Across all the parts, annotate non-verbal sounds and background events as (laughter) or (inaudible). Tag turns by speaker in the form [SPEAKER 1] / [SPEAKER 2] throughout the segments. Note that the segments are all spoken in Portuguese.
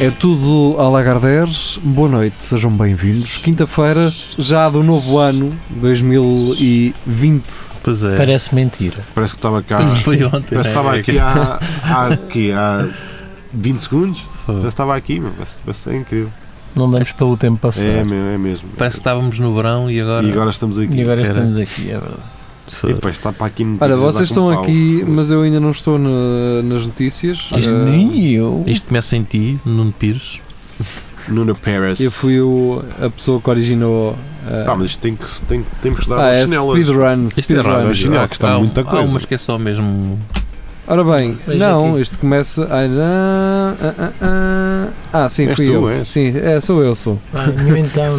[SPEAKER 1] É tudo a Lagardères. Boa noite, sejam bem-vindos. Quinta-feira, já do novo ano 2020.
[SPEAKER 2] Pois é. Ah,
[SPEAKER 3] Parece mentira.
[SPEAKER 4] Parece que estava cá.
[SPEAKER 3] Isso
[SPEAKER 4] Parece
[SPEAKER 3] foi ontem.
[SPEAKER 4] que estava
[SPEAKER 2] é
[SPEAKER 1] (laughs)
[SPEAKER 4] aqui há, há, aqui há 20 segundos. Parece que estava aqui, meu. Parece, parece que é incrível.
[SPEAKER 3] Não damos pelo tempo passar.
[SPEAKER 4] É, meu, é mesmo.
[SPEAKER 2] Parece que estávamos no verão e agora.
[SPEAKER 4] E agora estamos aqui.
[SPEAKER 3] e agora
[SPEAKER 2] Era.
[SPEAKER 3] estamos aqui, é verdade.
[SPEAKER 4] E depois está para aqui notícias
[SPEAKER 1] Olha,
[SPEAKER 4] a dar
[SPEAKER 1] vocês
[SPEAKER 4] com
[SPEAKER 1] estão
[SPEAKER 4] pau.
[SPEAKER 1] aqui, mas eu ainda não estou na- nas notícias.
[SPEAKER 3] Isto
[SPEAKER 1] Ah,
[SPEAKER 3] nem eu.
[SPEAKER 2] Isto começa em ti, Nuno Pires.
[SPEAKER 4] Nuno Paris.
[SPEAKER 1] Eu fui o- a pessoa que originou. ah,
[SPEAKER 4] Tá, mas isto tem que, tem, temos que dar
[SPEAKER 1] ah,
[SPEAKER 4] umas
[SPEAKER 1] é
[SPEAKER 4] chinelas.
[SPEAKER 1] speedrun.
[SPEAKER 2] Isto é
[SPEAKER 1] speedrun.
[SPEAKER 2] raro.
[SPEAKER 4] mas sim, há que estar muita
[SPEAKER 2] Ah,
[SPEAKER 4] coisa.
[SPEAKER 2] mas que é só mesmo.
[SPEAKER 1] Ora bem,
[SPEAKER 3] Veja
[SPEAKER 1] não,
[SPEAKER 3] aqui.
[SPEAKER 1] isto começa. Ai, já, ah, ah, ah. Ah, sim,
[SPEAKER 4] És
[SPEAKER 1] fui
[SPEAKER 4] tu,
[SPEAKER 1] eu.
[SPEAKER 4] és?
[SPEAKER 1] Sim, é, sou eu, sou.
[SPEAKER 3] Ah, então,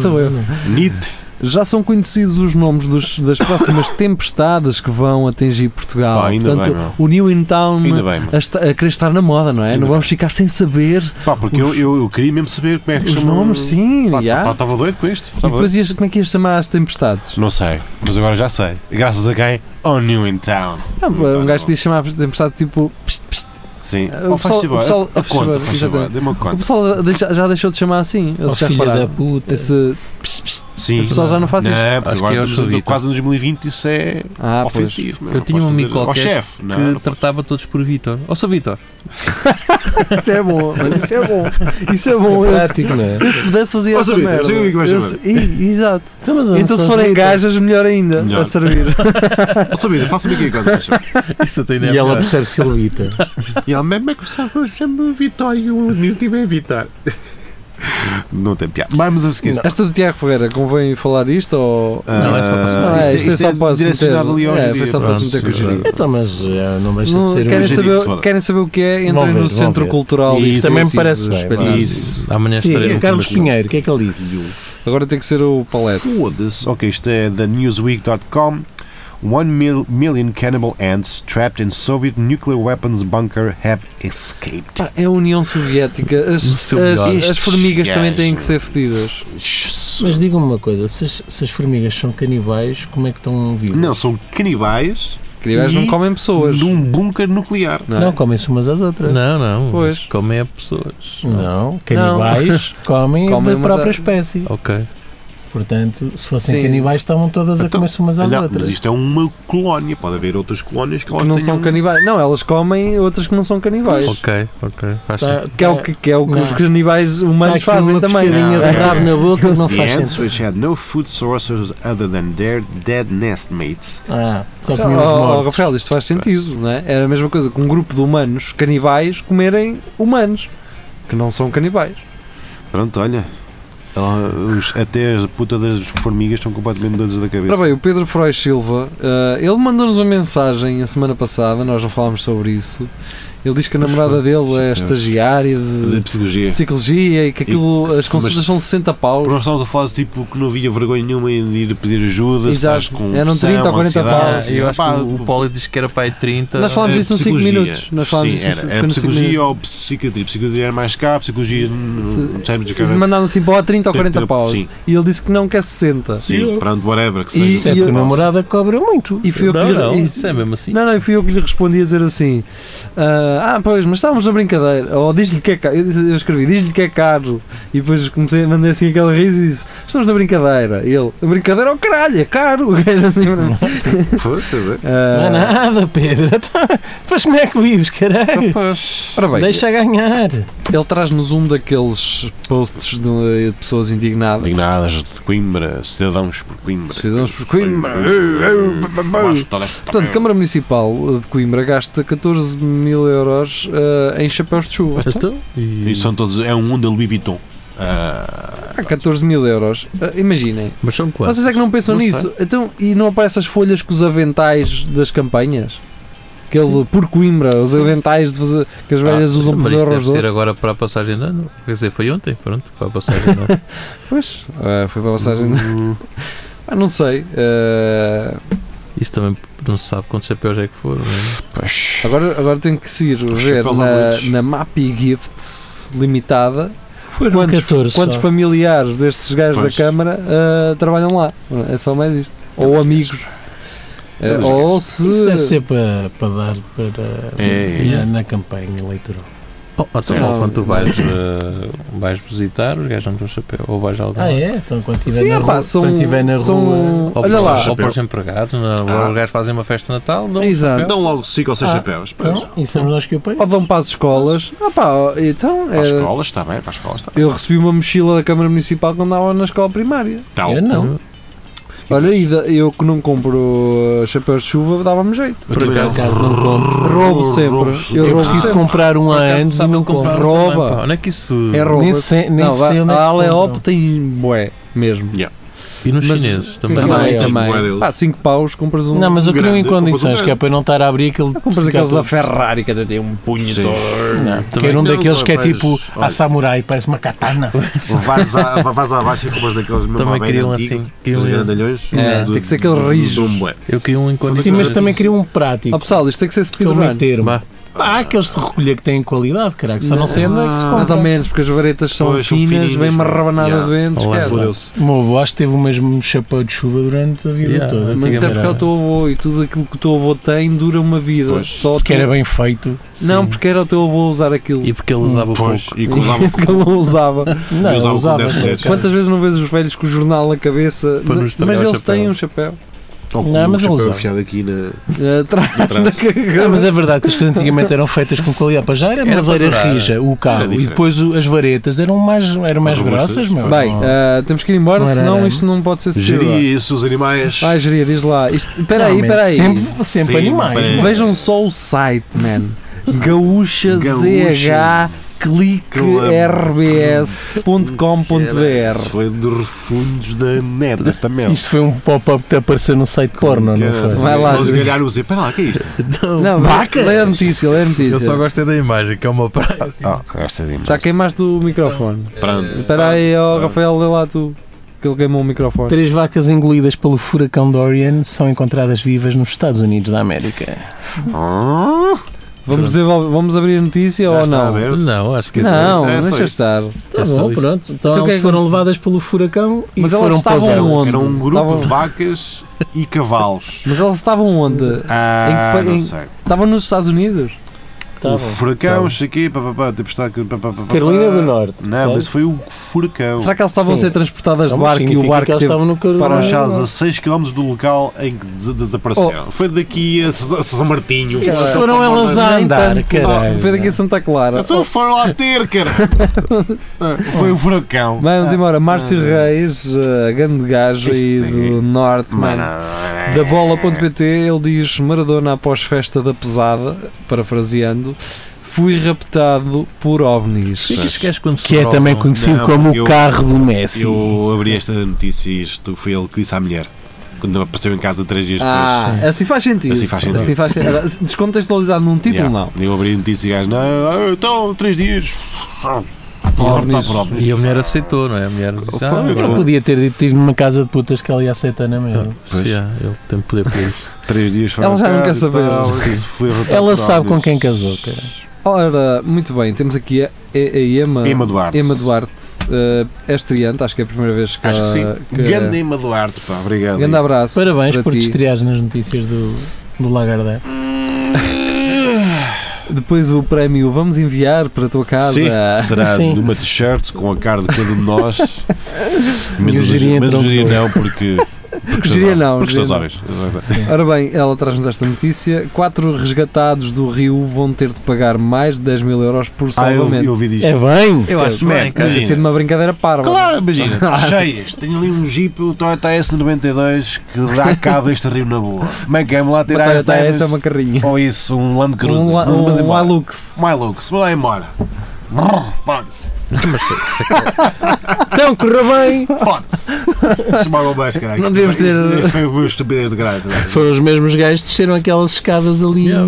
[SPEAKER 1] (laughs) Sou eu.
[SPEAKER 4] Nietzsche.
[SPEAKER 1] Já são conhecidos os nomes dos- das próximas (laughs) tempestades que vão atingir Portugal.
[SPEAKER 4] Pá, ainda
[SPEAKER 1] Ah, Portanto,
[SPEAKER 4] bem, meu.
[SPEAKER 1] o New In Town
[SPEAKER 4] Ainda bem, meu.
[SPEAKER 1] a, esta- a querer estar na moda, não é?
[SPEAKER 4] Ainda
[SPEAKER 1] não vamos ficar sem saber
[SPEAKER 4] Pá, porque eu, eu, eu queria mesmo saber como é que
[SPEAKER 1] os
[SPEAKER 4] chamam-
[SPEAKER 1] nomes, sim.
[SPEAKER 4] Pá,
[SPEAKER 1] já.
[SPEAKER 4] pá, estava doido com isto.
[SPEAKER 1] e
[SPEAKER 4] Estava
[SPEAKER 1] depois ias, como é que ias chamar as tempestades?
[SPEAKER 4] Não sei, mas agora já sei. Graças a quem? On New in Town.
[SPEAKER 1] Ah, um gajo
[SPEAKER 4] tá bom.
[SPEAKER 1] podia chamar a tempestade tipo. pst, pst.
[SPEAKER 4] Sim.
[SPEAKER 1] Ah, o
[SPEAKER 4] Oh, faz
[SPEAKER 1] pessoal- o
[SPEAKER 4] favor.
[SPEAKER 1] pessoal-
[SPEAKER 4] A
[SPEAKER 1] faz favor,
[SPEAKER 4] conta, faz favor.
[SPEAKER 1] exatamente.
[SPEAKER 4] Dê-me a
[SPEAKER 1] O
[SPEAKER 4] conta.
[SPEAKER 1] pessoal deixa- já deixou de chamar assim. Eles
[SPEAKER 3] Oh,
[SPEAKER 1] já
[SPEAKER 3] filho da
[SPEAKER 1] repararam.
[SPEAKER 3] puta.
[SPEAKER 1] Esse pst, pst,
[SPEAKER 4] Sim.
[SPEAKER 1] o pessoal já não faz isto.
[SPEAKER 4] Não, porque
[SPEAKER 2] Acho
[SPEAKER 4] agora
[SPEAKER 2] que é o
[SPEAKER 4] estamos
[SPEAKER 2] Chavita.
[SPEAKER 4] quase no 2020 isso é
[SPEAKER 1] Ah, pois.
[SPEAKER 4] ofensivo. meu.
[SPEAKER 2] Eu
[SPEAKER 4] Não
[SPEAKER 2] tinha
[SPEAKER 4] posso
[SPEAKER 2] um
[SPEAKER 4] fazer-
[SPEAKER 2] amigo
[SPEAKER 4] Ó
[SPEAKER 2] qualquer
[SPEAKER 4] chefe, não, é?"
[SPEAKER 2] que
[SPEAKER 4] não posso.
[SPEAKER 2] tratava todos por Vitor. Ó, sou
[SPEAKER 4] (laughs)
[SPEAKER 2] Vitor.
[SPEAKER 1] Isso é bom, mas isso é bom. (laughs) Isso é bom. Eu, se-
[SPEAKER 3] Prático, não é?
[SPEAKER 1] eu se pudesse fazer
[SPEAKER 4] Ó,
[SPEAKER 1] essa
[SPEAKER 4] Sabita,
[SPEAKER 1] merda.
[SPEAKER 4] sei o que vais
[SPEAKER 1] eu
[SPEAKER 4] chamar.
[SPEAKER 1] se- Ih, Exato.
[SPEAKER 3] Então, mas eu não
[SPEAKER 1] Então se
[SPEAKER 3] sou
[SPEAKER 1] forem
[SPEAKER 3] rico.
[SPEAKER 1] gajas, melhor ainda
[SPEAKER 4] Melhor.
[SPEAKER 1] a servir.
[SPEAKER 4] Ó Sabida, faça-me aqui a conta. faz favor.
[SPEAKER 2] Isso até ainda é
[SPEAKER 3] E ela
[SPEAKER 2] melhor.
[SPEAKER 3] percebe Silvita.
[SPEAKER 4] E ela mesmo é que sabe que eu chamo Vitória e o meu time é Vitória. (laughs) Não tem piada. Vamos ao seguinte.
[SPEAKER 1] Esta de Tiago Ferreira, convém falar isto ou.
[SPEAKER 4] Ah,
[SPEAKER 2] Não, é só passar.
[SPEAKER 1] Não, é, isto é só para se
[SPEAKER 4] direcionado
[SPEAKER 1] meter-
[SPEAKER 4] ali ao
[SPEAKER 1] é,
[SPEAKER 4] júri,
[SPEAKER 1] foi só para
[SPEAKER 4] pronto.
[SPEAKER 1] se meter com o júri.
[SPEAKER 3] (laughs) Então, mas eh, não deixa
[SPEAKER 1] Não-
[SPEAKER 3] de ser
[SPEAKER 1] querem,
[SPEAKER 3] um
[SPEAKER 4] júri que se
[SPEAKER 1] saber, é
[SPEAKER 4] foda.
[SPEAKER 1] querem saber o que é?
[SPEAKER 3] Vão
[SPEAKER 1] Entrem
[SPEAKER 3] ver,
[SPEAKER 1] no
[SPEAKER 3] vão
[SPEAKER 1] Centro
[SPEAKER 3] ver.
[SPEAKER 1] cultural e
[SPEAKER 4] Isso. Também me
[SPEAKER 3] parece bem,
[SPEAKER 4] Isso.
[SPEAKER 2] Amanhã estarei.
[SPEAKER 3] Sim,
[SPEAKER 4] Estaria-
[SPEAKER 3] o Carlos
[SPEAKER 4] mas não.
[SPEAKER 3] Pinheiro, o que é que ele disse?
[SPEAKER 1] Agora tem que ser o Palete.
[SPEAKER 4] Foda-se. Ok, isto é da Newsweek.com. One mil million cannibal ants trapped in Soviet nuclear weapons bunker have escaped.
[SPEAKER 1] Pá, é a União Soviética. As,
[SPEAKER 2] No seu
[SPEAKER 1] as-
[SPEAKER 2] melhor.
[SPEAKER 1] as formigas
[SPEAKER 4] Estes
[SPEAKER 1] também têm
[SPEAKER 4] gajos.
[SPEAKER 1] que ser fedidas.
[SPEAKER 3] Mas digam-me uma coisa, se as, se as formigas são canibais, como é que estão vivas?
[SPEAKER 4] Não, são canibais
[SPEAKER 1] Canibais
[SPEAKER 4] E
[SPEAKER 1] não comem pessoas.
[SPEAKER 4] de um bunker nuclear.
[SPEAKER 1] Não, é?
[SPEAKER 3] Não, comem-se umas às outras.
[SPEAKER 2] Não, não.
[SPEAKER 1] Pois.
[SPEAKER 2] mas Comem a pessoas.
[SPEAKER 3] Não,
[SPEAKER 1] (laughs)
[SPEAKER 3] canibais comem,
[SPEAKER 1] Comem
[SPEAKER 3] da
[SPEAKER 1] umas
[SPEAKER 3] própria
[SPEAKER 1] a-
[SPEAKER 3] espécie.
[SPEAKER 2] Ok.
[SPEAKER 3] Portanto, se fossem
[SPEAKER 1] Sim.
[SPEAKER 3] canibais, estavam todas a
[SPEAKER 4] Então,
[SPEAKER 3] comer-se umas às
[SPEAKER 4] Não,
[SPEAKER 3] outras.
[SPEAKER 4] mas isto é uma colónia. Pode haver outras colónias que,
[SPEAKER 1] que
[SPEAKER 4] elas
[SPEAKER 1] não
[SPEAKER 4] tenham-
[SPEAKER 1] são canibais. um- Não, elas comem outras que não são canibais.
[SPEAKER 2] Ok, ok. Faz
[SPEAKER 3] Tá-
[SPEAKER 2] sentido.
[SPEAKER 1] Que é o que, que é o que
[SPEAKER 3] Não.
[SPEAKER 1] os canibais
[SPEAKER 3] tá
[SPEAKER 1] humanos
[SPEAKER 3] aqui
[SPEAKER 1] fazem
[SPEAKER 3] uma
[SPEAKER 1] também.
[SPEAKER 3] pescadinha
[SPEAKER 4] Não,
[SPEAKER 3] de
[SPEAKER 4] é.
[SPEAKER 3] rabo na boca que não
[SPEAKER 4] The
[SPEAKER 3] faz
[SPEAKER 4] ants,
[SPEAKER 3] sentido.
[SPEAKER 4] which had no food sources other than their dead nestmates.
[SPEAKER 3] Ah, só
[SPEAKER 1] Oh,
[SPEAKER 3] comiam os
[SPEAKER 1] oh,
[SPEAKER 3] mortos.
[SPEAKER 1] Rafael, isto faz sentido, não é? Era a mesma coisa que um grupo de humanos canibais comerem humanos que não são canibais.
[SPEAKER 4] Pronto, olha. Ela- os- até as puta das formigas estão completamente doidas da cabeça.
[SPEAKER 1] Ora bem, o Pedro Frois Silva, eh, ele mandou-nos uma mensagem a semana passada, nós não falámos sobre isso. Ele diz que a namorada dele é estagiária
[SPEAKER 4] De
[SPEAKER 1] de
[SPEAKER 4] psicologia.
[SPEAKER 1] psicologia e que aquilo,
[SPEAKER 4] então, E-
[SPEAKER 1] as consultas
[SPEAKER 4] mas-
[SPEAKER 1] são 60 paus.
[SPEAKER 4] Porque Nós estávamos a falar de tipo que não havia vergonha nenhuma em ir pedir ajuda, se
[SPEAKER 1] Exato.
[SPEAKER 4] estás com
[SPEAKER 1] Eram 30 ou 40
[SPEAKER 4] tá,
[SPEAKER 2] Ah,
[SPEAKER 1] paus.
[SPEAKER 2] eu acho que o Paulo disse que era pai de 30.
[SPEAKER 1] Nós falamos
[SPEAKER 4] é
[SPEAKER 1] disso nos cinco
[SPEAKER 4] psicologia.
[SPEAKER 1] minutos. Nós falamos
[SPEAKER 4] Sim,
[SPEAKER 1] disso
[SPEAKER 4] era,
[SPEAKER 1] foi
[SPEAKER 4] era
[SPEAKER 1] nos cinco
[SPEAKER 4] psiologia ou psiquiatria. Psiquiatria era mais caro, psicologia não
[SPEAKER 1] Se-
[SPEAKER 4] não sabemos o que era.
[SPEAKER 1] Mandaram assim para lá 30 ou 40 paus.
[SPEAKER 4] Sim,
[SPEAKER 1] E ele disse que não quer 60.
[SPEAKER 4] sim, pronto, whatever, que
[SPEAKER 1] E-
[SPEAKER 3] Isso é
[SPEAKER 4] seja.
[SPEAKER 1] e-
[SPEAKER 3] porque a namorada cobra muito.
[SPEAKER 1] E foi eu que
[SPEAKER 2] Não,
[SPEAKER 1] lhe-
[SPEAKER 2] não.
[SPEAKER 1] e-
[SPEAKER 2] Isso é mesmo assim.
[SPEAKER 1] Não, não, e fui eu que lhe respondi a dizer assim: ah, ah, pois, mas estávamos na brincadeira. Ou diz-lhe que é caro. Eu, disse- eu escrevi: diz-lhe que é caro. E depois comecei a mandar assim aquele riso e disse: estamos na brincadeira. E ele: "A brincadeira ao caralho, é caro. (laughs) Era assim, para mim.
[SPEAKER 4] (laughs) Pois, quer dizer,
[SPEAKER 1] Ah,
[SPEAKER 3] Não é nada, Pedro. (laughs) Então, Mas como é que vives, caralho?
[SPEAKER 4] Pois.
[SPEAKER 1] Ora bem,
[SPEAKER 3] Deixa ganhar.
[SPEAKER 1] ele traz-nos um daqueles posts de eh, pessoas indignadas.
[SPEAKER 4] Indignadas de Coimbra, cidadãos por Coimbra.
[SPEAKER 1] Cidadãos por Coimbra.
[SPEAKER 4] Baixo toda esta
[SPEAKER 1] Portanto, a Câmara Municipal eh, de Coimbra gasta 14 mil euros eh, em chapéus de chuva.
[SPEAKER 2] Então,
[SPEAKER 4] E são todos, é um da Louis Vuitton. Ah,
[SPEAKER 1] Ah, 14 mil euros. Ah, imaginem.
[SPEAKER 2] Mas são quantos?
[SPEAKER 1] Vocês é que não pensam
[SPEAKER 2] Não
[SPEAKER 1] nisso? Então, e não aparecem as folhas com os aventais das campanhas? Aquele por Coimbra, os aventais de fazer- que as velhas
[SPEAKER 2] Ah,
[SPEAKER 1] usam para
[SPEAKER 2] mas
[SPEAKER 1] os
[SPEAKER 2] isto deve
[SPEAKER 1] euros
[SPEAKER 2] ser
[SPEAKER 1] doce.
[SPEAKER 2] agora para a passagem de ano. Quer dizer, foi ontem, pronto, para a passagem de ano.
[SPEAKER 1] (laughs) Pois, ah, foi para a passagem. de- Ah, não sei. ah,
[SPEAKER 2] Isso também não se sabe quantos chapéus é que foram. não é?
[SPEAKER 4] Pois.
[SPEAKER 1] Agora, agora tenho que ir
[SPEAKER 4] Os
[SPEAKER 1] ver
[SPEAKER 4] chapéus
[SPEAKER 1] na,
[SPEAKER 4] azuis.
[SPEAKER 1] na Mappy Gifts Limitada
[SPEAKER 3] Foram
[SPEAKER 1] quantos,
[SPEAKER 3] 14
[SPEAKER 1] quantos
[SPEAKER 3] só.
[SPEAKER 1] familiares destes gajos
[SPEAKER 4] Pois.
[SPEAKER 1] da Câmara ah, trabalham lá. É só mais isto. Ou amigos.
[SPEAKER 4] É,
[SPEAKER 1] Ah,
[SPEAKER 4] mas
[SPEAKER 1] ou se.
[SPEAKER 3] Isso deve ser para, para dar para,
[SPEAKER 4] É,
[SPEAKER 3] na,
[SPEAKER 2] é.
[SPEAKER 3] na campanha eleitoral.
[SPEAKER 2] Oh, oh, então,
[SPEAKER 4] Sim.
[SPEAKER 2] Paulo, quando tu vais, eh, vais visitar, os gajos não têm chapéu. Ou vais a algum
[SPEAKER 3] Ah,
[SPEAKER 2] lado.
[SPEAKER 3] é? Então quando estiver
[SPEAKER 1] Sim,
[SPEAKER 3] na,
[SPEAKER 1] pá,
[SPEAKER 3] rua,
[SPEAKER 1] são.
[SPEAKER 3] quando estiver na
[SPEAKER 1] são-
[SPEAKER 3] rua.
[SPEAKER 2] Ou
[SPEAKER 1] Olha
[SPEAKER 2] para-
[SPEAKER 1] lá.
[SPEAKER 2] Ou para os empregados, não,
[SPEAKER 4] Ah.
[SPEAKER 2] os gajos fazem uma festa de Natal, não
[SPEAKER 1] Exato.
[SPEAKER 4] Dão então logo 5 ou 6
[SPEAKER 3] Ah,
[SPEAKER 4] chapéus. Pois.
[SPEAKER 3] Então, e somos nós que o pago.
[SPEAKER 1] Ou dão para as escolas. Ah pá, então.
[SPEAKER 4] Para as
[SPEAKER 1] é-
[SPEAKER 4] escolas está bem, para as escolas está bem.
[SPEAKER 1] eu recebi uma mochila da Câmara Municipal quando andava na escola primária.
[SPEAKER 4] Então,
[SPEAKER 3] Eu não.
[SPEAKER 1] Olha, e da- eu que não compro ah, chapéus de chuva, dava-me jeito.
[SPEAKER 4] eu também
[SPEAKER 3] Por
[SPEAKER 4] não.
[SPEAKER 3] acaso não compro.
[SPEAKER 1] Roubo sempre. Eu
[SPEAKER 3] Eu
[SPEAKER 1] roubo
[SPEAKER 3] preciso
[SPEAKER 1] sempre.
[SPEAKER 3] comprar um há anos e não compro.
[SPEAKER 1] Rouba.
[SPEAKER 2] Onde é que isso.
[SPEAKER 1] É roubo.
[SPEAKER 3] Nem sei, nem
[SPEAKER 1] Não, vá-
[SPEAKER 3] sei onde é que
[SPEAKER 1] a
[SPEAKER 3] se
[SPEAKER 1] Aleop
[SPEAKER 3] compram.
[SPEAKER 1] tem bué mesmo.
[SPEAKER 2] E nos
[SPEAKER 1] Mas-
[SPEAKER 2] chineses também.
[SPEAKER 3] Também,
[SPEAKER 1] Também, é
[SPEAKER 4] bué
[SPEAKER 1] também.
[SPEAKER 4] deles.
[SPEAKER 1] Pá, 5 paus, compras um.
[SPEAKER 3] Não, mas eu queria em
[SPEAKER 4] grande, eu compro
[SPEAKER 3] condições,
[SPEAKER 4] um
[SPEAKER 3] que é para eu não estar a abrir aquele.
[SPEAKER 1] Ah, compras
[SPEAKER 3] ficar
[SPEAKER 1] aqueles da
[SPEAKER 3] todo-
[SPEAKER 1] Ferrari que até tem um punho
[SPEAKER 4] Sim.
[SPEAKER 1] todo.
[SPEAKER 3] Não,
[SPEAKER 2] Também.
[SPEAKER 3] quero um
[SPEAKER 4] Eu não
[SPEAKER 3] daqueles que é
[SPEAKER 4] vejo.
[SPEAKER 3] tipo
[SPEAKER 4] Olha.
[SPEAKER 3] a samurai, parece uma katana.
[SPEAKER 4] Vais à- vais abaixo e compras daqueles mesmo
[SPEAKER 2] Também
[SPEAKER 4] à bem
[SPEAKER 2] queriam
[SPEAKER 4] antigo,
[SPEAKER 2] assim.
[SPEAKER 4] Os
[SPEAKER 2] queriam-
[SPEAKER 4] grandalhões.
[SPEAKER 1] É, tem que ser aqueles rijos.
[SPEAKER 4] Dumbué.
[SPEAKER 2] Eu queria um em
[SPEAKER 3] Sim, mas
[SPEAKER 2] condições.
[SPEAKER 3] também um queria um prático.
[SPEAKER 1] Ah, pessoal, isto tem que ser
[SPEAKER 3] Aquele
[SPEAKER 1] speedrun.
[SPEAKER 3] meio termo.
[SPEAKER 2] Vá.
[SPEAKER 3] Há aqueles de recolher que têm qualidade, caralho. Só não,
[SPEAKER 1] Não.
[SPEAKER 3] sei onde é que se compra.
[SPEAKER 1] Ah, Mais ou menos, porque as varetas são
[SPEAKER 4] Pois, são
[SPEAKER 1] finas,
[SPEAKER 4] fininhas,
[SPEAKER 1] bem uma
[SPEAKER 4] mano.
[SPEAKER 1] rabanada
[SPEAKER 4] Yeah.
[SPEAKER 1] de dentes.
[SPEAKER 2] Olá,
[SPEAKER 3] é
[SPEAKER 1] esquece.
[SPEAKER 4] Fodeu-se.
[SPEAKER 3] O meu avô acho que teve o mesmo chapéu de chuva durante a vida
[SPEAKER 2] Yeah,
[SPEAKER 3] toda.
[SPEAKER 1] Mas isso é
[SPEAKER 3] Era-
[SPEAKER 1] porque é o teu avô e tudo aquilo que o teu avô tem dura uma vida.
[SPEAKER 4] Pois,
[SPEAKER 1] Só
[SPEAKER 3] porque
[SPEAKER 1] tu-
[SPEAKER 3] era bem feito.
[SPEAKER 1] Não,
[SPEAKER 2] Sim.
[SPEAKER 1] porque era o teu avô usar aquilo.
[SPEAKER 2] E porque ele usava
[SPEAKER 4] Pois,
[SPEAKER 2] pouco.
[SPEAKER 4] e que usava
[SPEAKER 1] que
[SPEAKER 3] (laughs)
[SPEAKER 1] (laughs) ele não usava.
[SPEAKER 3] Não,
[SPEAKER 4] usava
[SPEAKER 3] eu
[SPEAKER 4] o
[SPEAKER 3] usava.
[SPEAKER 4] deve ser,
[SPEAKER 3] cara.
[SPEAKER 1] Quantas vezes não vês os velhos com o jornal na cabeça?
[SPEAKER 2] Para nos
[SPEAKER 1] Mas,
[SPEAKER 2] estragar
[SPEAKER 1] mas
[SPEAKER 2] o
[SPEAKER 1] eles
[SPEAKER 2] chapéu.
[SPEAKER 1] têm um chapéu.
[SPEAKER 4] Ou Então, com
[SPEAKER 3] Não,
[SPEAKER 4] o
[SPEAKER 3] mas
[SPEAKER 4] chapéu
[SPEAKER 3] ele usava.
[SPEAKER 4] enfiado aqui na.
[SPEAKER 1] Ah, tra-
[SPEAKER 4] Atrás.
[SPEAKER 1] na cagada.
[SPEAKER 3] Não, mas é verdade que as coisas antigamente eram feitas com qualidade. Para já era uma
[SPEAKER 2] Era para
[SPEAKER 3] madeira
[SPEAKER 2] durar.
[SPEAKER 3] rija, o
[SPEAKER 4] Era
[SPEAKER 3] cabo. E
[SPEAKER 4] diferente.
[SPEAKER 3] depois o- as varetas eram mais, eram mais
[SPEAKER 4] Robustas.
[SPEAKER 3] grossas, meu.
[SPEAKER 1] Bem,
[SPEAKER 3] Não-
[SPEAKER 1] ah, temos que ir embora,
[SPEAKER 3] Não era
[SPEAKER 1] senão
[SPEAKER 3] arame.
[SPEAKER 1] isto não pode ser speedrun.
[SPEAKER 4] Geria isso, os animais.
[SPEAKER 1] Vai, geria, diz lá. Isto- Espera aí,
[SPEAKER 3] Não, man,
[SPEAKER 1] espera aí.
[SPEAKER 3] Sempre, sempre
[SPEAKER 4] Sim,
[SPEAKER 3] animais.
[SPEAKER 4] peraí.
[SPEAKER 3] mano.
[SPEAKER 1] Vejam só o site, man. Gaúcha
[SPEAKER 4] Gaúcha.
[SPEAKER 1] ZH clique rbs.com.br
[SPEAKER 4] Isso foi dos fundos da net, desta merda. é
[SPEAKER 3] Isto foi um pop-up que apareceu no site porno, não
[SPEAKER 4] Caralho,
[SPEAKER 3] foi?
[SPEAKER 1] Vai lá.
[SPEAKER 4] Eles ganharam os. Espera lá, o que é isto?
[SPEAKER 1] Não,
[SPEAKER 3] Vacas?
[SPEAKER 1] lê a notícia, lê a notícia.
[SPEAKER 2] Eu só gostei da imagem, que é uma praia. assim.
[SPEAKER 4] Ah, esta de
[SPEAKER 1] Já queimaste o microfone.
[SPEAKER 3] Então,
[SPEAKER 4] Pronto.
[SPEAKER 1] Espera aí, ó Rafael, lê lá tu. Que ele queimou o microfone.
[SPEAKER 3] Três vacas engolidas pelo furacão Dorian são encontradas vivas nos Estados Unidos da América.
[SPEAKER 4] Ah,
[SPEAKER 1] Vamos, desenvolver- vamos abrir a notícia
[SPEAKER 4] já
[SPEAKER 1] ou
[SPEAKER 4] está
[SPEAKER 1] não?
[SPEAKER 4] tá aberto.
[SPEAKER 2] Não, acho que
[SPEAKER 4] Quer dizer,
[SPEAKER 1] Não,
[SPEAKER 4] é só
[SPEAKER 1] deixa
[SPEAKER 4] isto.
[SPEAKER 1] estar.
[SPEAKER 3] Tá
[SPEAKER 2] É só
[SPEAKER 3] bom,
[SPEAKER 2] isto.
[SPEAKER 3] pronto. Então,
[SPEAKER 1] Então, o que é que
[SPEAKER 3] foram
[SPEAKER 1] aconteceu?
[SPEAKER 3] levadas pelo furacão e
[SPEAKER 1] Mas elas
[SPEAKER 3] foram
[SPEAKER 1] estavam
[SPEAKER 3] pousadas.
[SPEAKER 1] onde?
[SPEAKER 4] Era um grupo
[SPEAKER 1] Estavam-
[SPEAKER 4] de vacas e cavalos.
[SPEAKER 1] Mas elas estavam onde?
[SPEAKER 4] Ah,
[SPEAKER 1] Em que pa-
[SPEAKER 4] não
[SPEAKER 1] em-
[SPEAKER 4] sei.
[SPEAKER 1] Estavam nos Estados Unidos?
[SPEAKER 4] Então,
[SPEAKER 3] Tá
[SPEAKER 4] o
[SPEAKER 3] bom.
[SPEAKER 4] furacão, isso aqui, papapá, tempestade. pá, pá, pá, pá,
[SPEAKER 3] Carolina
[SPEAKER 4] pá.
[SPEAKER 3] do Norte.
[SPEAKER 4] Não,
[SPEAKER 3] certo?
[SPEAKER 4] mas foi o furacão.
[SPEAKER 1] Será que elas estavam a
[SPEAKER 3] Sim.
[SPEAKER 1] ser transportadas de
[SPEAKER 3] Então,
[SPEAKER 1] barco e o
[SPEAKER 3] significa
[SPEAKER 1] barco
[SPEAKER 3] que elas
[SPEAKER 1] teve...
[SPEAKER 3] estavam no Carolina
[SPEAKER 1] para
[SPEAKER 3] do
[SPEAKER 1] achar
[SPEAKER 3] Norte.
[SPEAKER 4] Achados a 6 km do local em que des- des- desapareceram. Foi daqui a S- a São Martinho.
[SPEAKER 3] Isso é
[SPEAKER 4] Foi-
[SPEAKER 3] foram
[SPEAKER 4] foi-
[SPEAKER 3] elas a-
[SPEAKER 1] Nem
[SPEAKER 3] andar,
[SPEAKER 1] tanto.
[SPEAKER 3] caralho.
[SPEAKER 1] Ah, Foi daqui a Santa Clara.
[SPEAKER 4] Então foram lá ter, cara.
[SPEAKER 1] (laughs)
[SPEAKER 4] Ah, Foi o furacão.
[SPEAKER 1] Vamos embora, Márcio
[SPEAKER 4] ah.
[SPEAKER 1] Reis, eh, grande gajo aí
[SPEAKER 4] Isto é-
[SPEAKER 1] do Norte, mano. Da bola.pt ele diz Maradona após festa da pesada, parafraseando, fui raptado por ovnis.
[SPEAKER 2] Porquê que este gajo quando se
[SPEAKER 3] Que é
[SPEAKER 2] drogam-
[SPEAKER 3] também conhecido
[SPEAKER 4] Não,
[SPEAKER 3] como
[SPEAKER 4] eu-
[SPEAKER 3] o carro do Messi.
[SPEAKER 4] Eu abri esta notícia e isto foi ele que disse à mulher. Quando apareceu em casa três dias depois.
[SPEAKER 1] Ah, assim faz sentido.
[SPEAKER 4] Assim faz sentido.
[SPEAKER 1] Assim faz sentido. Agora, se Descontextualizado num título,
[SPEAKER 4] Yeah.
[SPEAKER 1] não.
[SPEAKER 4] Eu abri a notícia e o gajo, não, ah, então, três dias.
[SPEAKER 1] Ovnis.
[SPEAKER 4] Tá por
[SPEAKER 2] E a mulher aceitou, não é? A mulher disse,
[SPEAKER 4] Opa,
[SPEAKER 2] ah,
[SPEAKER 4] eu
[SPEAKER 3] Ele
[SPEAKER 2] pronto.
[SPEAKER 3] podia ter dito tive numa casa de putas que ela ia aceitar na
[SPEAKER 2] Ah.
[SPEAKER 3] mesma.
[SPEAKER 4] Pois.
[SPEAKER 2] Yeah, ele tem poder por isso.
[SPEAKER 4] Três dias fora
[SPEAKER 1] Ela já
[SPEAKER 4] de
[SPEAKER 1] não
[SPEAKER 4] casa
[SPEAKER 1] quer
[SPEAKER 4] e
[SPEAKER 1] saber.
[SPEAKER 4] tal,
[SPEAKER 2] Sim.
[SPEAKER 4] fui arrotado
[SPEAKER 3] Ela
[SPEAKER 4] por
[SPEAKER 3] sabe com
[SPEAKER 4] ovnis.
[SPEAKER 3] quem casou, cara.
[SPEAKER 1] Ora, muito bem, temos aqui a, a- a Emma,
[SPEAKER 4] Emma Duarte.
[SPEAKER 1] Emma Duarte, eh, é estreante, acho que é a primeira vez Ah, que é.
[SPEAKER 4] Acho que sim.
[SPEAKER 1] ela-
[SPEAKER 4] Grande Emma Duarte, pá, obrigado.
[SPEAKER 1] grande abraço.
[SPEAKER 3] Parabéns
[SPEAKER 1] para
[SPEAKER 3] por
[SPEAKER 1] ti.
[SPEAKER 3] te estreares nas notícias do, do Lagardère.
[SPEAKER 1] Depois o prémio vamos enviar para a tua casa.
[SPEAKER 4] Sim, será
[SPEAKER 3] Sim.
[SPEAKER 4] de uma t-shirt com a cara de cada um de nós. Menos
[SPEAKER 3] o
[SPEAKER 4] o
[SPEAKER 3] geria
[SPEAKER 4] geria, menos o
[SPEAKER 3] entrou
[SPEAKER 4] geria
[SPEAKER 3] no-
[SPEAKER 4] não, porque. Porque
[SPEAKER 1] geria
[SPEAKER 4] estás-
[SPEAKER 1] não,
[SPEAKER 4] Porque
[SPEAKER 1] geria
[SPEAKER 4] estás
[SPEAKER 1] não.
[SPEAKER 4] horas.
[SPEAKER 1] Ora bem, ela traz-nos esta notícia. Quatro resgatados do Rio vão ter de pagar mais de 10 mil euros por
[SPEAKER 4] Ah, eu,
[SPEAKER 1] salvamento.
[SPEAKER 4] eu ouvi disto.
[SPEAKER 3] É bem!
[SPEAKER 2] Eu acho
[SPEAKER 4] Man,
[SPEAKER 2] bem, cara.
[SPEAKER 1] Deve ter
[SPEAKER 4] imagina.
[SPEAKER 1] sido uma brincadeira parva.
[SPEAKER 4] Claro, imagina, cheias. Tenho ali um Jeep, o Toyota S92, que dá cabo deste rio na boa. Como é que é-me lá
[SPEAKER 1] Uma
[SPEAKER 4] tirar as
[SPEAKER 1] Toyota
[SPEAKER 4] telas?
[SPEAKER 1] essa é uma carrinha.
[SPEAKER 4] Ou isso, um Land Cruiser.
[SPEAKER 1] Um, la-
[SPEAKER 4] Mas- mas
[SPEAKER 1] um
[SPEAKER 4] embora.
[SPEAKER 1] Hilux.
[SPEAKER 4] Milux, vou lá embora. Brrr, Foda-se.
[SPEAKER 2] Mas se, se aquela-
[SPEAKER 1] Então, correu bem!
[SPEAKER 4] Foda-se! é Chamaram mais, caralho.
[SPEAKER 1] Não devíamos ter-
[SPEAKER 4] Isto- Isto foi uma estupidez de graça. não é?
[SPEAKER 3] (laughs) Foram os mesmos gajos que desceram aquelas escadas ali
[SPEAKER 2] Yeah.